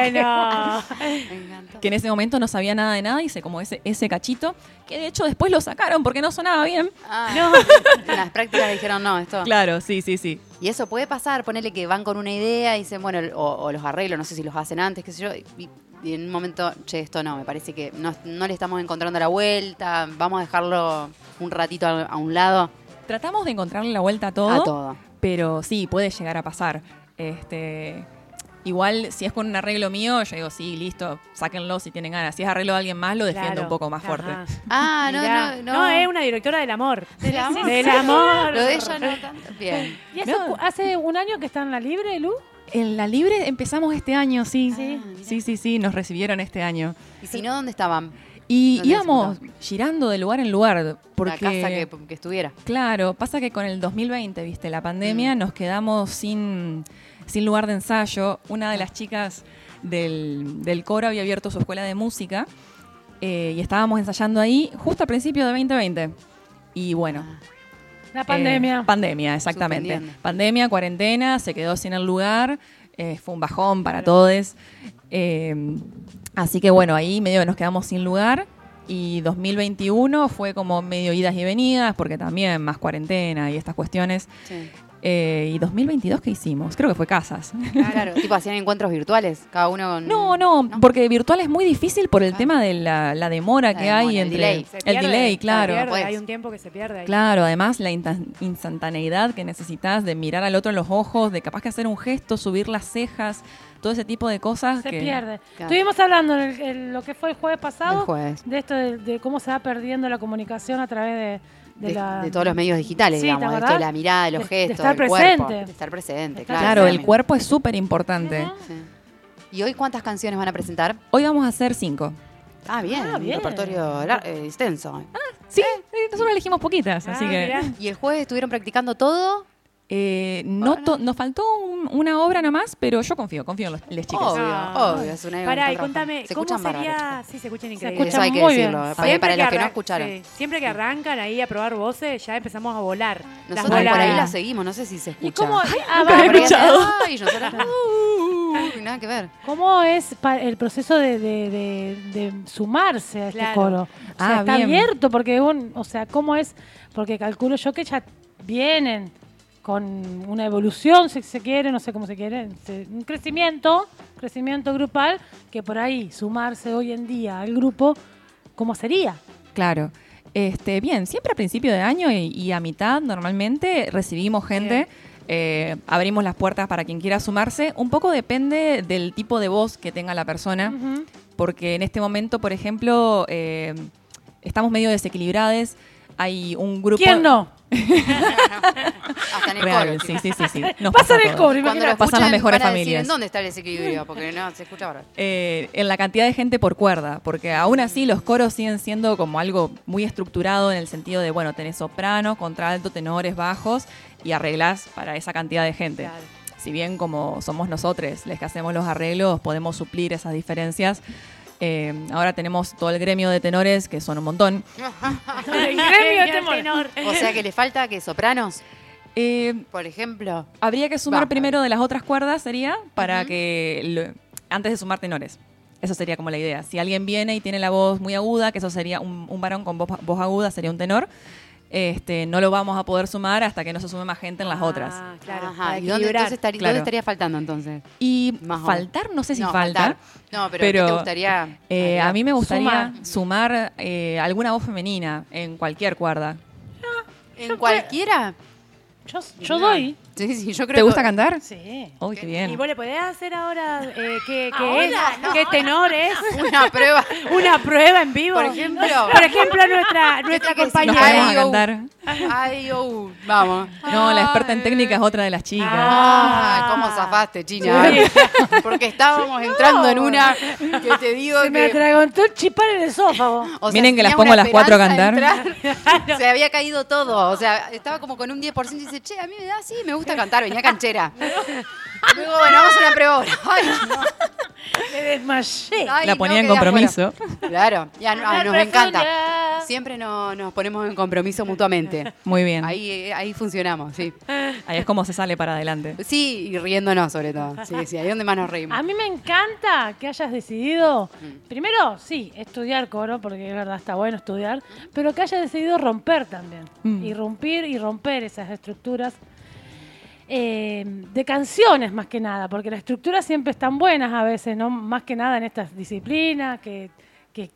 bueno.
me encantó.
que en ese momento no sabía nada de nada, hice como ese, ese cachito, que de hecho después lo sacaron porque no sonaba bien.
Ah, En <laughs> las prácticas dijeron, no, esto.
Claro, sí, sí, sí.
Y eso puede pasar, ponerle que van con una idea y dicen, bueno, el- o, o los arreglos, no sé si los hacen antes, qué sé yo. Y, y en un momento, che, esto no, me parece que no, no le estamos encontrando la vuelta, vamos a dejarlo un ratito a, a un lado.
Tratamos de encontrarle la vuelta a todo,
A todo.
pero sí, puede llegar a pasar. Este, igual, si es con un arreglo mío, yo digo, sí, listo, sáquenlo si tienen ganas. Si es arreglo de alguien más, lo defiendo
Claro.
un poco más fuerte.
Ajá.
Ah, no,
Mirá.
no, no.
es una directora del amor.
Del amor.
Del amor.
Lo de ella no tanto. Bien.
<laughs> ¿Y eso
No.
cu- hace un año que está en la libre, Lu?
En la libre empezamos este año, sí.
Ah,
Sí.
sí, sí, sí, nos recibieron este año.
Y si no, ¿dónde estaban?
Y
No, no,
íbamos girando de lugar en lugar. Porque
La casa que, que estuviera.
Claro, pasa que con el 2020, viste, la pandemia, nos quedamos sin, sin lugar de ensayo. Una de las chicas del, del coro había abierto su escuela de música eh, y estábamos ensayando ahí justo a principio de 2020. Y bueno.
Ah.
La
eh,
pandemia.
pandemia, exactamente.
Suspendiendo.
Pandemia, cuarentena, se quedó sin el lugar. eh, fue un bajón para todos. Eh, así que bueno, ahí medio que nos quedamos sin lugar. Y 2021 fue como medio idas y venidas, porque también más cuarentena y estas cuestiones.
Sí.
Eh, ¿Y 2022 qué hicimos? Creo que fue casas.
Claro, tipo hacían encuentros virtuales, cada uno con.
No, no, porque virtual es muy difícil por el
Ah.
tema de la, la demora
La
que
demora,
hay
el
entre
delay.
Se
el
pierde,
delay,
se
claro.
pierde,
Pues.
Hay un tiempo que se pierde. ahí.
Claro, además la insta- instantaneidad que necesitas de mirar al otro en los ojos, de capaz que hacer un gesto, subir las cejas, todo ese tipo de cosas.
Se
que-
pierde.
Claro.
Estuvimos hablando en el- en lo que fue el jueves pasado
El jueves.
de esto de, de cómo se va perdiendo la comunicación a través de, de
De,
la-
de todos los medios digitales,
Sí, ¿te
digamos, de esto
acordás?
de la mirada, de los
De- de
gestos,
estar
del cuerpo,
presente.
de estar presente,
Estar
claro.
Claro, el
exactamente.
cuerpo es súper importante.
Sí. ¿Y hoy cuántas canciones van a presentar?
Hoy vamos a hacer cinco.
Ah, bien,
Ah,
un
bien.
repertorio lar- eh, extenso.
Sí, eh, nosotros elegimos poquitas, así
Ah,
que...
mirá.
¿Y el jueves estuvieron practicando todo?
Eh, no to- nos faltó un- una obra nomás, pero yo confío, confío en los les chicos.
Obvio,
No.
obvio, es una que
Pará, y
está
contame,
trabajando. Se
¿cómo
escuchan bárbaros.
sería? Sí, se escuchan increíble.
escuchan
Eso hay que
muy
decirlo,
bien.
para, para los que no
arran-
escucharon.
sí, siempre que arrancan ahí a probar voces, ya empezamos a volar. Las
Nosotros por ahí
voladas. <laughs>
la seguimos, no sé si se escucha.
¿Y cómo, ah,
Ah,
va,
pero ya se-
pero-
Ay, nosotras, uh, nada que ver.
¿Cómo es pa- el proceso de, de- de- de sumarse a este
Claro.
coro? O sea,
Ah,
está
bien.
abierto porque un- o sea, ¿cómo es? Porque calculo yo que ya vienen con una evolución, si se quiere, no sé cómo se quiere, este, un crecimiento, crecimiento grupal, que por ahí sumarse hoy en día al grupo, ¿cómo sería?
Claro. Este, bien, siempre a principio de año y, y a mitad normalmente recibimos gente. eh, abrimos las puertas para quien quiera sumarse. Un poco depende del tipo de voz que tenga la persona, porque en este momento, por ejemplo, eh, estamos medio desequilibrades. Hay un grupo.
¿Quién
<laughs>
no?
Hasta en el
Real,
coro,
sí,
chicos.
sí,
<laughs>
sí. sí. Nos
Pasa
pasa
en
a
el cobro,
todos.
Cuando
imagínate.
lo
pasan
escuchan,
las mejores
van a
familias.
Decir, ¿Dónde está el desequilibrio? Porque no, se escucha ahora.
eh, en la cantidad de gente por cuerda, porque aún así los coros siguen siendo como algo muy estructurado en el sentido de, bueno, tenés sopranos, contralto, tenores, bajos y arreglás para esa cantidad de gente.
Claro.
Si bien como somos nosotros les que hacemos los arreglos, podemos suplir esas diferencias. Eh, ahora tenemos todo el gremio de tenores, que son un montón.
El gremio de
Señor
temor.
tenor.
<laughs> O sea que le falta que sopranos,
Eh,
por ejemplo.
Habría que sumar
Baja.
primero de las otras cuerdas, sería, para que. lo- antes de sumar tenores. Eso sería como la idea. Si alguien viene y tiene la voz muy aguda, que eso sería un, un varón con voz, voz aguda, sería un tenor. Este, no lo vamos a poder sumar hasta que no se sume más gente en las otras.
Ah, claro,
Ajá,
para
¿Y dónde,
equilibrar.
entonces, estaría,
claro.
dónde estaría faltando entonces?
Y
Más o-
faltar, no sé si
No,
falta.
faltar. No, pero,
pero,
¿qué te gustaría?
eh, a mí me gustaría
Sumar.
sumar, eh, alguna voz femenina en cualquier cuerda.
¿En cualquiera?
Yo, yo doy.
Sí, sí, yo creo
¿Te gusta
que-
cantar?
Sí.
Uy, qué bien.
¿Y vos le podés hacer ahora eh, qué, qué
Ahora,
es? ¿Qué
<laughs>
tenor es?
Una prueba.
Una prueba en vivo.
Por ejemplo.
Por ejemplo, nuestra, nuestra
que si Ay,
Nos ponemos a
compañera.
digo,
cantar.
Ay, oh, vamos.
No, la experta en técnica es otra de las chicas.
Ah, ¿Cómo zafaste, China? Porque estábamos entrando en una que te digo
Se me
que...
atragantó el chipar en el esófago.
o sea,
Miren
tenía
que las pongo
una
a las cuatro a
esperanza de
cantar.
entrar. Se había caído todo. O sea, estaba como con un 10% y dice, che, a mí me da así, me gusta cantar, venía canchera. Luego, bueno, vamos a una prueba ahora. Ay,
Me
<laughs>
desmayé.
ay,
La
no,
ponía en
quedé
compromiso.
afuera. <laughs> Claro, ya ah, nos encanta. Siempre no- nos ponemos en compromiso mutuamente.
Muy bien. Ahí.
Ahí, eh, ahí funcionamos, sí.
es como se sale para adelante.
Sí, y riéndonos sobre todo. Sí, sí, ahí es donde más nos reímos.
A mí me encanta que hayas decidido,
Mm.
primero, sí, estudiar coro, porque es verdad, está bueno estudiar, pero que hayas decidido romper también,
Mm.
irrumpir y romper esas estructuras eh, de canciones más que nada, porque las estructuras siempre están buenas a veces, ¿no? Más que nada en estas disciplinas que, que,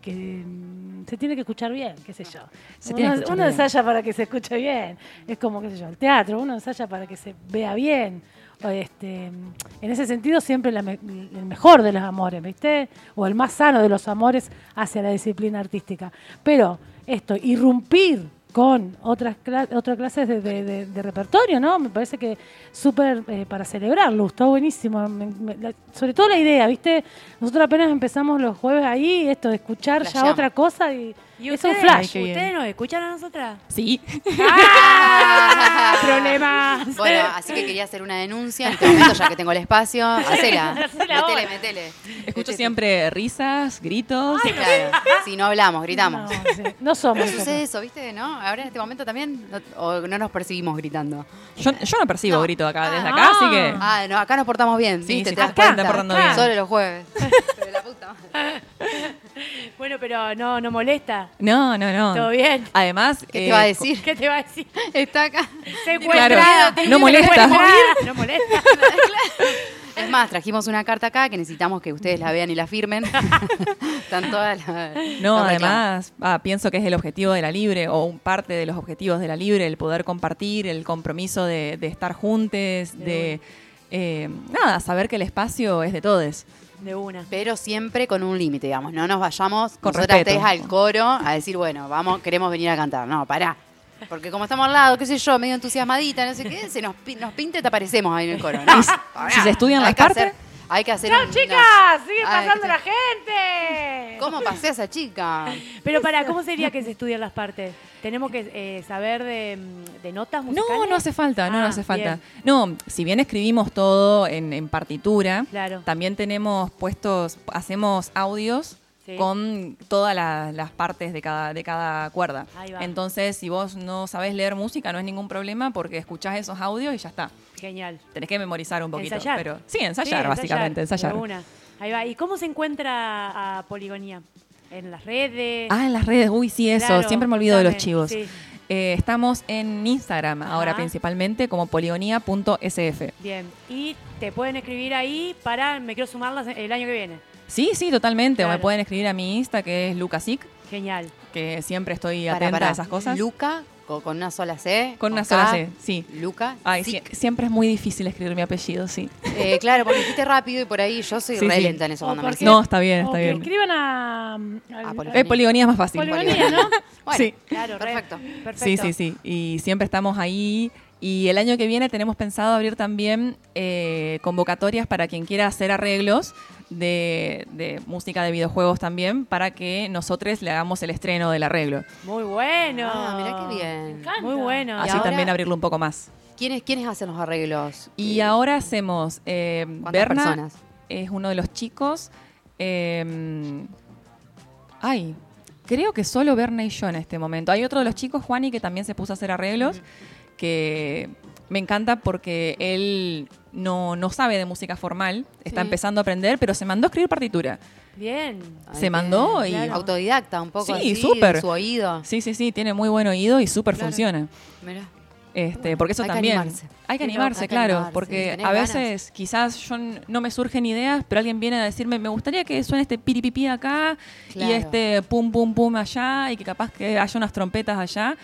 que, mm, se tiene que escuchar bien, qué sé yo.
Se tiene que
uno
escuchar
uno
bien.
ensaya para que se escuche bien, es como, qué sé yo, el teatro, uno ensaya para que se vea bien. O este, en ese sentido, siempre la me- el mejor de los amores, ¿viste? O el más sano de los amores hacia la disciplina artística. Pero esto, irrumpir con otras, cla- otras clases de, de- de- de repertorio, ¿no? Me parece que súper eh, para celebrarlo, está buenísimo. Me- me- la- sobre todo la idea, ¿viste? Nosotros apenas empezamos los jueves ahí, esto de escuchar ya
Flasheamos.
otra cosa y,
¿Y
es un
ustedes?
flash.
Ay, qué
<laughs>
bien.
¿Ustedes nos escuchan a nosotras?
Sí.
<laughs>
¡Ah! Problemas.
Bueno, así que quería hacer una denuncia en este momento, ya que tengo el espacio. Hacela. Metele, metele.
Escucho siempre risas, gritos.
Claro. Si no hablamos, gritamos.
No, sí, no somos.
Pero sucede
nosotros.
eso, ¿viste? ¿No? Ahora en este momento también no, o no nos percibimos gritando.
Yo, yo no percibo grito acá, desde
Ah.
acá, así que.
Ah, no, acá nos portamos bien.
Sí,
¿viste?
sí,
¿Te das
acá,
cuenta?
está portando bien.
Solo los jueves. Pero la puta madre.
Bueno, pero no, no molesta.
No, no, no.
¿Todo bien?
Además.
¿Qué
eh,
te va
<laughs>
a decir?
¿Qué te va a decir?
Está acá.
Secuestrada.
no molesta.
Secuestrada. No molesta.
Es más, trajimos una carta acá que necesitamos que ustedes la vean y
<laughs>
la firmen. Están todas las.
No,
los reclamos.
además, ah, pienso que es el objetivo de la libre o un parte de los objetivos de la libre, el poder compartir, el compromiso de, de estar juntes, de. eh, nada, saber que el espacio es de todos.
De una.
Pero siempre con un límite, digamos. No nos vayamos
Con
nosotras
respeto.
tres al coro a decir, bueno, vamos, queremos venir a cantar. No, pará. Porque como estamos al lado, qué sé yo, medio entusiasmadita, no sé qué, se nos, pi- nos pinta y te aparecemos ahí en el coro. No, pará.
<laughs> si se estudian
Hay
las
que hacer-
partes.
Hay que hacer.
¡Chao,
un-
chicas!
no.
¡Sigue
Ay,
pasando
que-
la gente!
¿Cómo pasé a esa chica?
Pero para, ¿cómo sería que se estudian las partes? ¿Tenemos que eh, saber de, mm, de notas musicales?
No, no hace falta, no, no
Ah,
hace falta.
bien.
No, si bien escribimos todo en, en partitura,
Claro.
también tenemos puestos, hacemos audios
Sí.
con todas la- las partes de cada, de cada cuerda.
Ahí va.
Entonces, si vos no sabés leer música, no es ningún problema porque escuchás esos audios y ya está.
Genial.
Tenés que memorizar un poquito.
Ensayar.
Pero, sí, ensayar, básicamente, ensayar.
de una. Ahí va. ¿Y cómo se encuentra a Poligonía? ¿En las redes?
Ah, en las redes, uy, sí, eso,
Claro,
siempre me olvido de los
contame,
chivos.
sí.
Eh, estamos en Instagram ahora
Ajá.
principalmente como poligonía.sf.
Bien, y te pueden escribir ahí para, me quiero sumarlas el año que viene.
Sí, sí, totalmente. O me
Claro.
pueden escribir a mi Insta que es Lucasic,
Genial.
que siempre estoy
Pará,
atenta
pará.
a esas cosas.
Luca, co- con una sola C.
Con una sola
K,
C, sí.
Luca.
Ay,
Sic.
sie- siempre es muy difícil escribir mi apellido, sí.
Eh, claro, porque dijiste rápido y por ahí yo soy
Sí,
re
sí.
lenta en eso
O
cuando me
porque-
escriben.
No, está bien,
o
está
que
bien.
escriban a... al-
Ah, poligonía.
Eh, poligonía es más fácil.
Poligonía. ¿no?
<laughs> Bueno,
Sí.
claro,
Claro, re-
perfecto.
perfecto.
Sí, sí, sí. Y siempre estamos ahí. Y el año que viene tenemos pensado abrir también eh, convocatorias para quien quiera hacer arreglos de, de música de videojuegos también, para que nosotros le hagamos el estreno del arreglo.
Muy bueno.
Ah, mirá qué bien.
encanta.
Muy bueno.
Así
ahora-
también abrirlo un poco más.
¿Quiénes, ¿Quiénes hacen los arreglos?
Y
Eh,
ahora hacemos. Eh,
¿Cuántas
Berna
personas?
es uno de los chicos. eh, ay, creo que solo Berna y yo en este momento. Hay otro de los chicos, Juani, que también se puso a hacer arreglos, que me encanta porque él no, no sabe de música formal, está
Sí.
empezando a aprender, pero se mandó a escribir partitura.
Bien.
Ay,
se
bien.
mandó y-
Claro. Autodidacta un poco.
Sí,
así,
súper.
de Su oído.
Sí, sí, sí, tiene muy buen oído y súper
Ah. Claro.
funciona.
Mirá.
Este, porque eso
Hay que
también.
animarse.
Hay que
Sí, no,
animarse,
hay que
claro.
animarse.
porque
Tenés
a
ganas.
veces quizás yo n- no me surgen ideas, pero alguien viene a decirme, me gustaría que suene este piripipi acá
Claro.
y este pum pum pum allá y que capaz que haya unas trompetas allá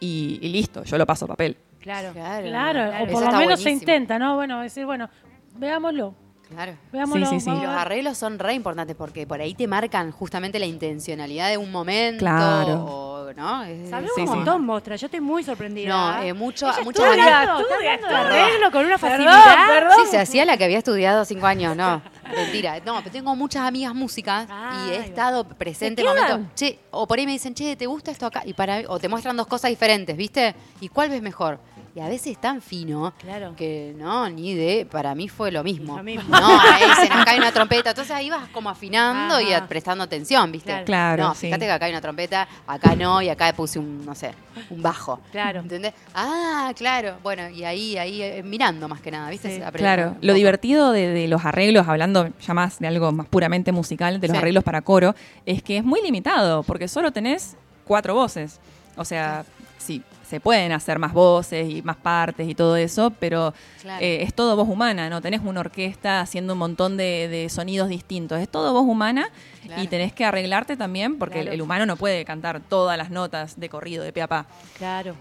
y, y listo, yo lo paso a papel.
Claro.
Claro,
Eso
o por lo
está
menos se
buenísimo.
intenta, ¿no? Bueno, decir, bueno, veámoslo,
Claro.
veámoslo.
Sí, sí, sí.
Y
vamos
los
a ver.
arreglos son re importantes porque por ahí te marcan justamente la intencionalidad de un momento.
Claro.
o- ¿no? Es-
Sabes
Sí,
un
sí.
montón, Mostra. Yo estoy muy sorprendida.
No,
¿eh?
eh, mucho,
Ella
mucha
estudia,
variedad.
estudia,
hablando de
estudia.
arreglo con una
Perdón,
facilidad.
perdón.
Sí, se hacía la que había estudiado cinco años, no. <laughs> Mentira. No, pero tengo muchas amigas músicas y he
Ay.
estado presente
¿Te
en
quedan?
momentos. Che, o por ahí me dicen, che, ¿te gusta esto acá? Y para o te muestran dos cosas diferentes, ¿viste? ¿Y cuál ves mejor? Y a veces es tan fino
Claro.
que no, ni de. Para mí fue lo mismo.
Lo mismo.
No, ahí dicen, acá hay una trompeta. Entonces ahí vas como afinando y
Ajá.
prestando atención, ¿viste?
Claro.
Claro,
No,
sí.
fíjate que acá hay una trompeta, acá no, y acá puse un, no sé, un bajo.
Claro.
¿Entendés? Ah, claro. Bueno, y ahí, ahí eh, mirando más que nada, ¿viste?
Sí.
Aprendo un
Claro, lo
poco.
divertido de, de los arreglos, hablando ya más de algo más puramente musical, de los
Sí.
arreglos para coro, es que es muy limitado, porque solo tenés cuatro voces. O sea, sí, se pueden hacer más voces y más partes y todo eso, pero
Claro.
eh, es todo voz humana, no tenés una orquesta haciendo un montón de, de sonidos distintos, es todo voz humana
Claro.
y tenés que arreglarte también, porque el-
Claro.
el humano no puede cantar todas las notas de corrido, de pe a pa.
Claro,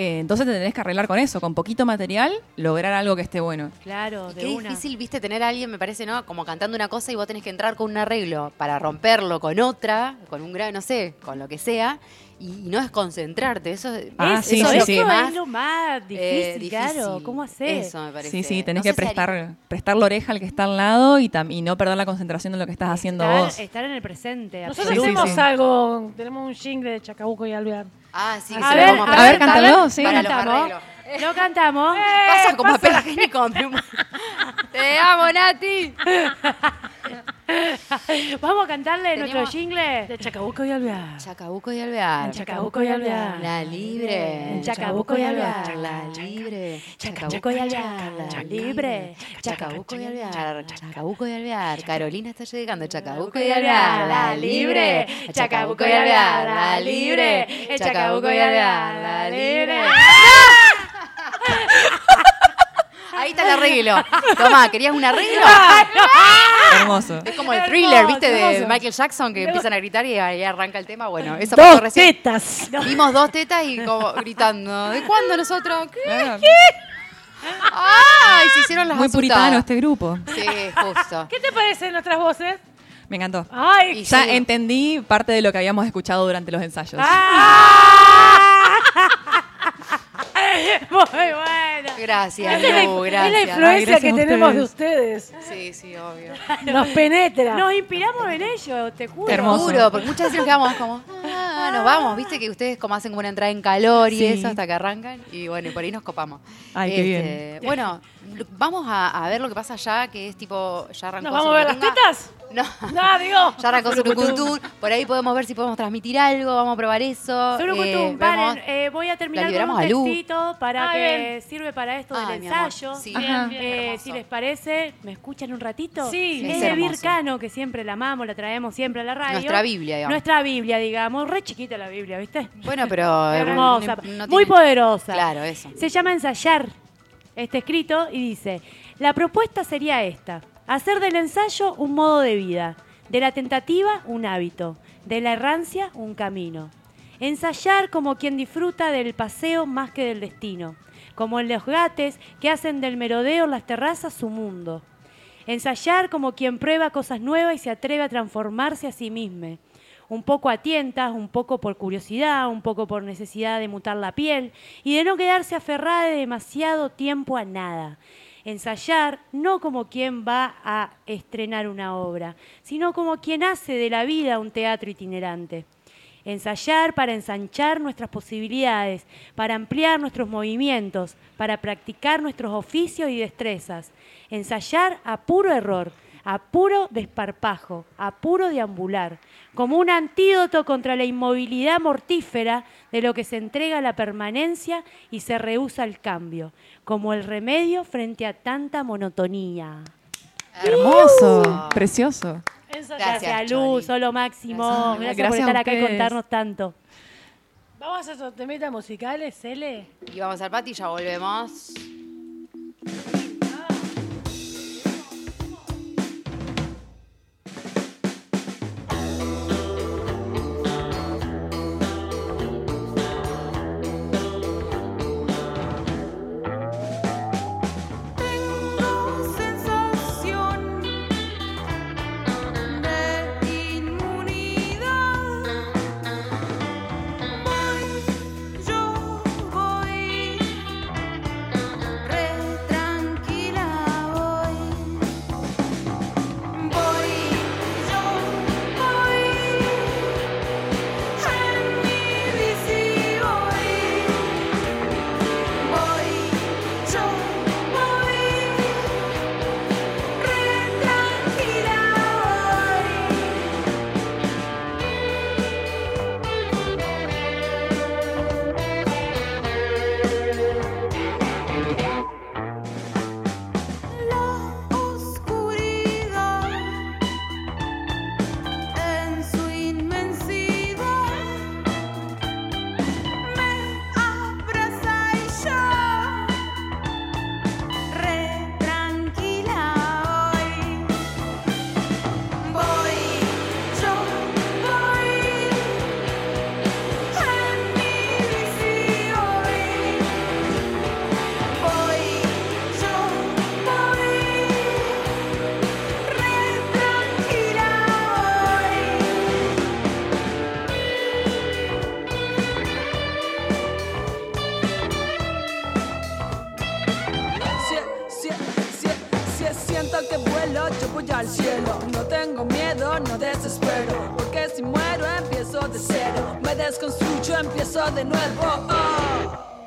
Eh, entonces te tenés que arreglar con eso, con poquito material, lograr algo que esté bueno.
claro,
Y
de
qué
una.
difícil, viste, tener a alguien, me parece, ¿no? Como cantando una cosa y vos tenés que entrar con un arreglo para romperlo con otra, con un grave, no sé, con lo que sea, y, y no desconcentrarte. Eso, es-
Ah,
eso
sí,
es
sí,
lo
sí.
que más
es lo más difícil,
eh,
claro.
difícil.
¿Cómo hacer?
Eso me parece.
Sí, sí, tenés
No
que
sé si haría-
prestar, prestar la oreja al que está al lado y, tam- y no perder la concentración de lo que estás haciendo
estar,
vos.
estar en el presente.
Nosotros
Sí, sí,
tenemos
sí.
algo, tenemos un jingle de Chacabuco y Alvear.
Ah, sí, que
A
se lo
ver,
vamos
a
presentar
ver, cántalo, sí.
Para los
cantamos.
arreglos. <laughs>
Lo cantamos.
Pasa como a Perra Génico. Te amo, Nati.
Vamos a cantarle
Eh. Tenemos-
nuestro jingle.
De Chacabuco y Alvear.
Chacabuco y Alvear.
Chacabuco y Alvear.
La libre.
En Chacabuco y Alvear.
La libre.
Chacabuco y Alvear. La libre.
Chacabuco y Alvear. Chacabuco y Alvear. Carolina está llegando. Chacabuco y Alvear. La libre. Chacabuco y Alvear. La libre. Chacabuco y Alvear. La libre. Ah, Ahí está el arreglo. Tomá, ¿querías un <laughs> arreglo? ¡Ah!
Hermoso.
Es como el thriller,
Hermoso,
¿viste? De
hermoso.
Michael Jackson, que empiezan a gritar y ahí arranca el tema. Bueno, eso pasó
Dos
recién.
tetas.
Vimos dos tetas y como gritando. ¿De cuándo nosotros? ¿Qué?
Claro.
¡Ay! Se hicieron las
Muy
asustadas.
puritano este grupo.
Sí,
<laughs>
justo.
¿Qué te parecen nuestras voces?
Me encantó.
Ay,
Y
Ya
Ah, sí. Ah,
entendí parte de lo que habíamos escuchado durante los ensayos.
muy bueno.
Gracias,
Esa es la,
Lu,
es la
gracias.
Ay,
influencia
gracias
que
a
tenemos de
ustedes.
ustedes.
Sí, sí, obvio.
Nos
Ah.
penetra.
Nos inspiramos en ello, te juro.
Hermoso.
Juro, porque muchas veces nos quedamos como, ah, nos vamos, viste que ustedes como hacen como una entrada en calor y
Sí.
eso hasta que arrancan y bueno, y por ahí nos copamos.
Ay, qué
Este, Bueno, lo- vamos a, a ver lo que pasa ya, que es tipo, ya arrancó.
¿Nos vamos a ver las
Supertunga.
tetas?
<laughs> No.
No, digo.
Ya arrancó Surucutún. Por ahí podemos ver si podemos transmitir algo, vamos a probar eso.
Surucutum,
Eh,
paren,
vemos-
eh, voy a terminar con
liberamos
un
a Lu.
textito para
Ah,
que
bien.
sirve para esto
Ay,
del
mi amor,
ensayo.
sí.
Bien, bien,
Eh,
hermoso.
si les parece, ¿me escuchan un ratito?
Sí.
es
Es
de
hermoso.
Vircano, que siempre la amamos, la traemos siempre a la radio.
Nuestra Biblia, digamos.
Nuestra Biblia, digamos. Re chiquita la Biblia, ¿viste?
Bueno, pero. eh,
Hermosa,
no- no
muy
tiene-
poderosa.
Claro, eso.
Se llama Ensayar este escrito y dice, la propuesta sería esta, hacer del ensayo un modo de vida, de la tentativa un hábito, de la errancia un camino. Ensayar como quien disfruta del paseo más que del destino, como en los gates que hacen del merodeo en las terrazas su mundo. Ensayar como quien prueba cosas nuevas y se atreve a transformarse a sí mismo. Un poco a tientas, un poco por curiosidad, un poco por necesidad de mutar la piel y de no quedarse aferrada de demasiado tiempo a nada. Ensayar no como quien va a estrenar una obra, sino como quien hace de la vida un teatro itinerante. Ensayar para ensanchar nuestras posibilidades, para ampliar nuestros movimientos, para practicar nuestros oficios y destrezas. Ensayar a puro error, a puro desparpajo, a puro deambular, como un antídoto contra la inmovilidad mortífera de lo que se entrega a la permanencia y se rehúsa al cambio, como el remedio frente a tanta monotonía.
Hermoso, precioso.
Gracias,
Gracias, Luz,
Chori.
solo máximo. Gracias,
Gracias.
por
Gracias a
estar acá y
ustedes.
contarnos tanto.
Vamos a hacer esos temitas musicales, Cele.
Y vamos al patio y ya volvemos.
sensación de inmunidad. Voy, yo voy, re tranquila voy. Voy, yo voy, en mi bici voy. Voy, yo voy. Retranquila hoy. La oscuridad en su inmensidad me abraza y yo re tranquila hoy voy yo voy en mi bici hoy Voy, yo voy, re tranquila hoy.
Si, si, si, si siento que vuelo, yo voy al cielo. No tengo miedo, no desespero. Porque si muero, empiezo de cero. Me desconstruyo, empiezo de nuevo. Oh.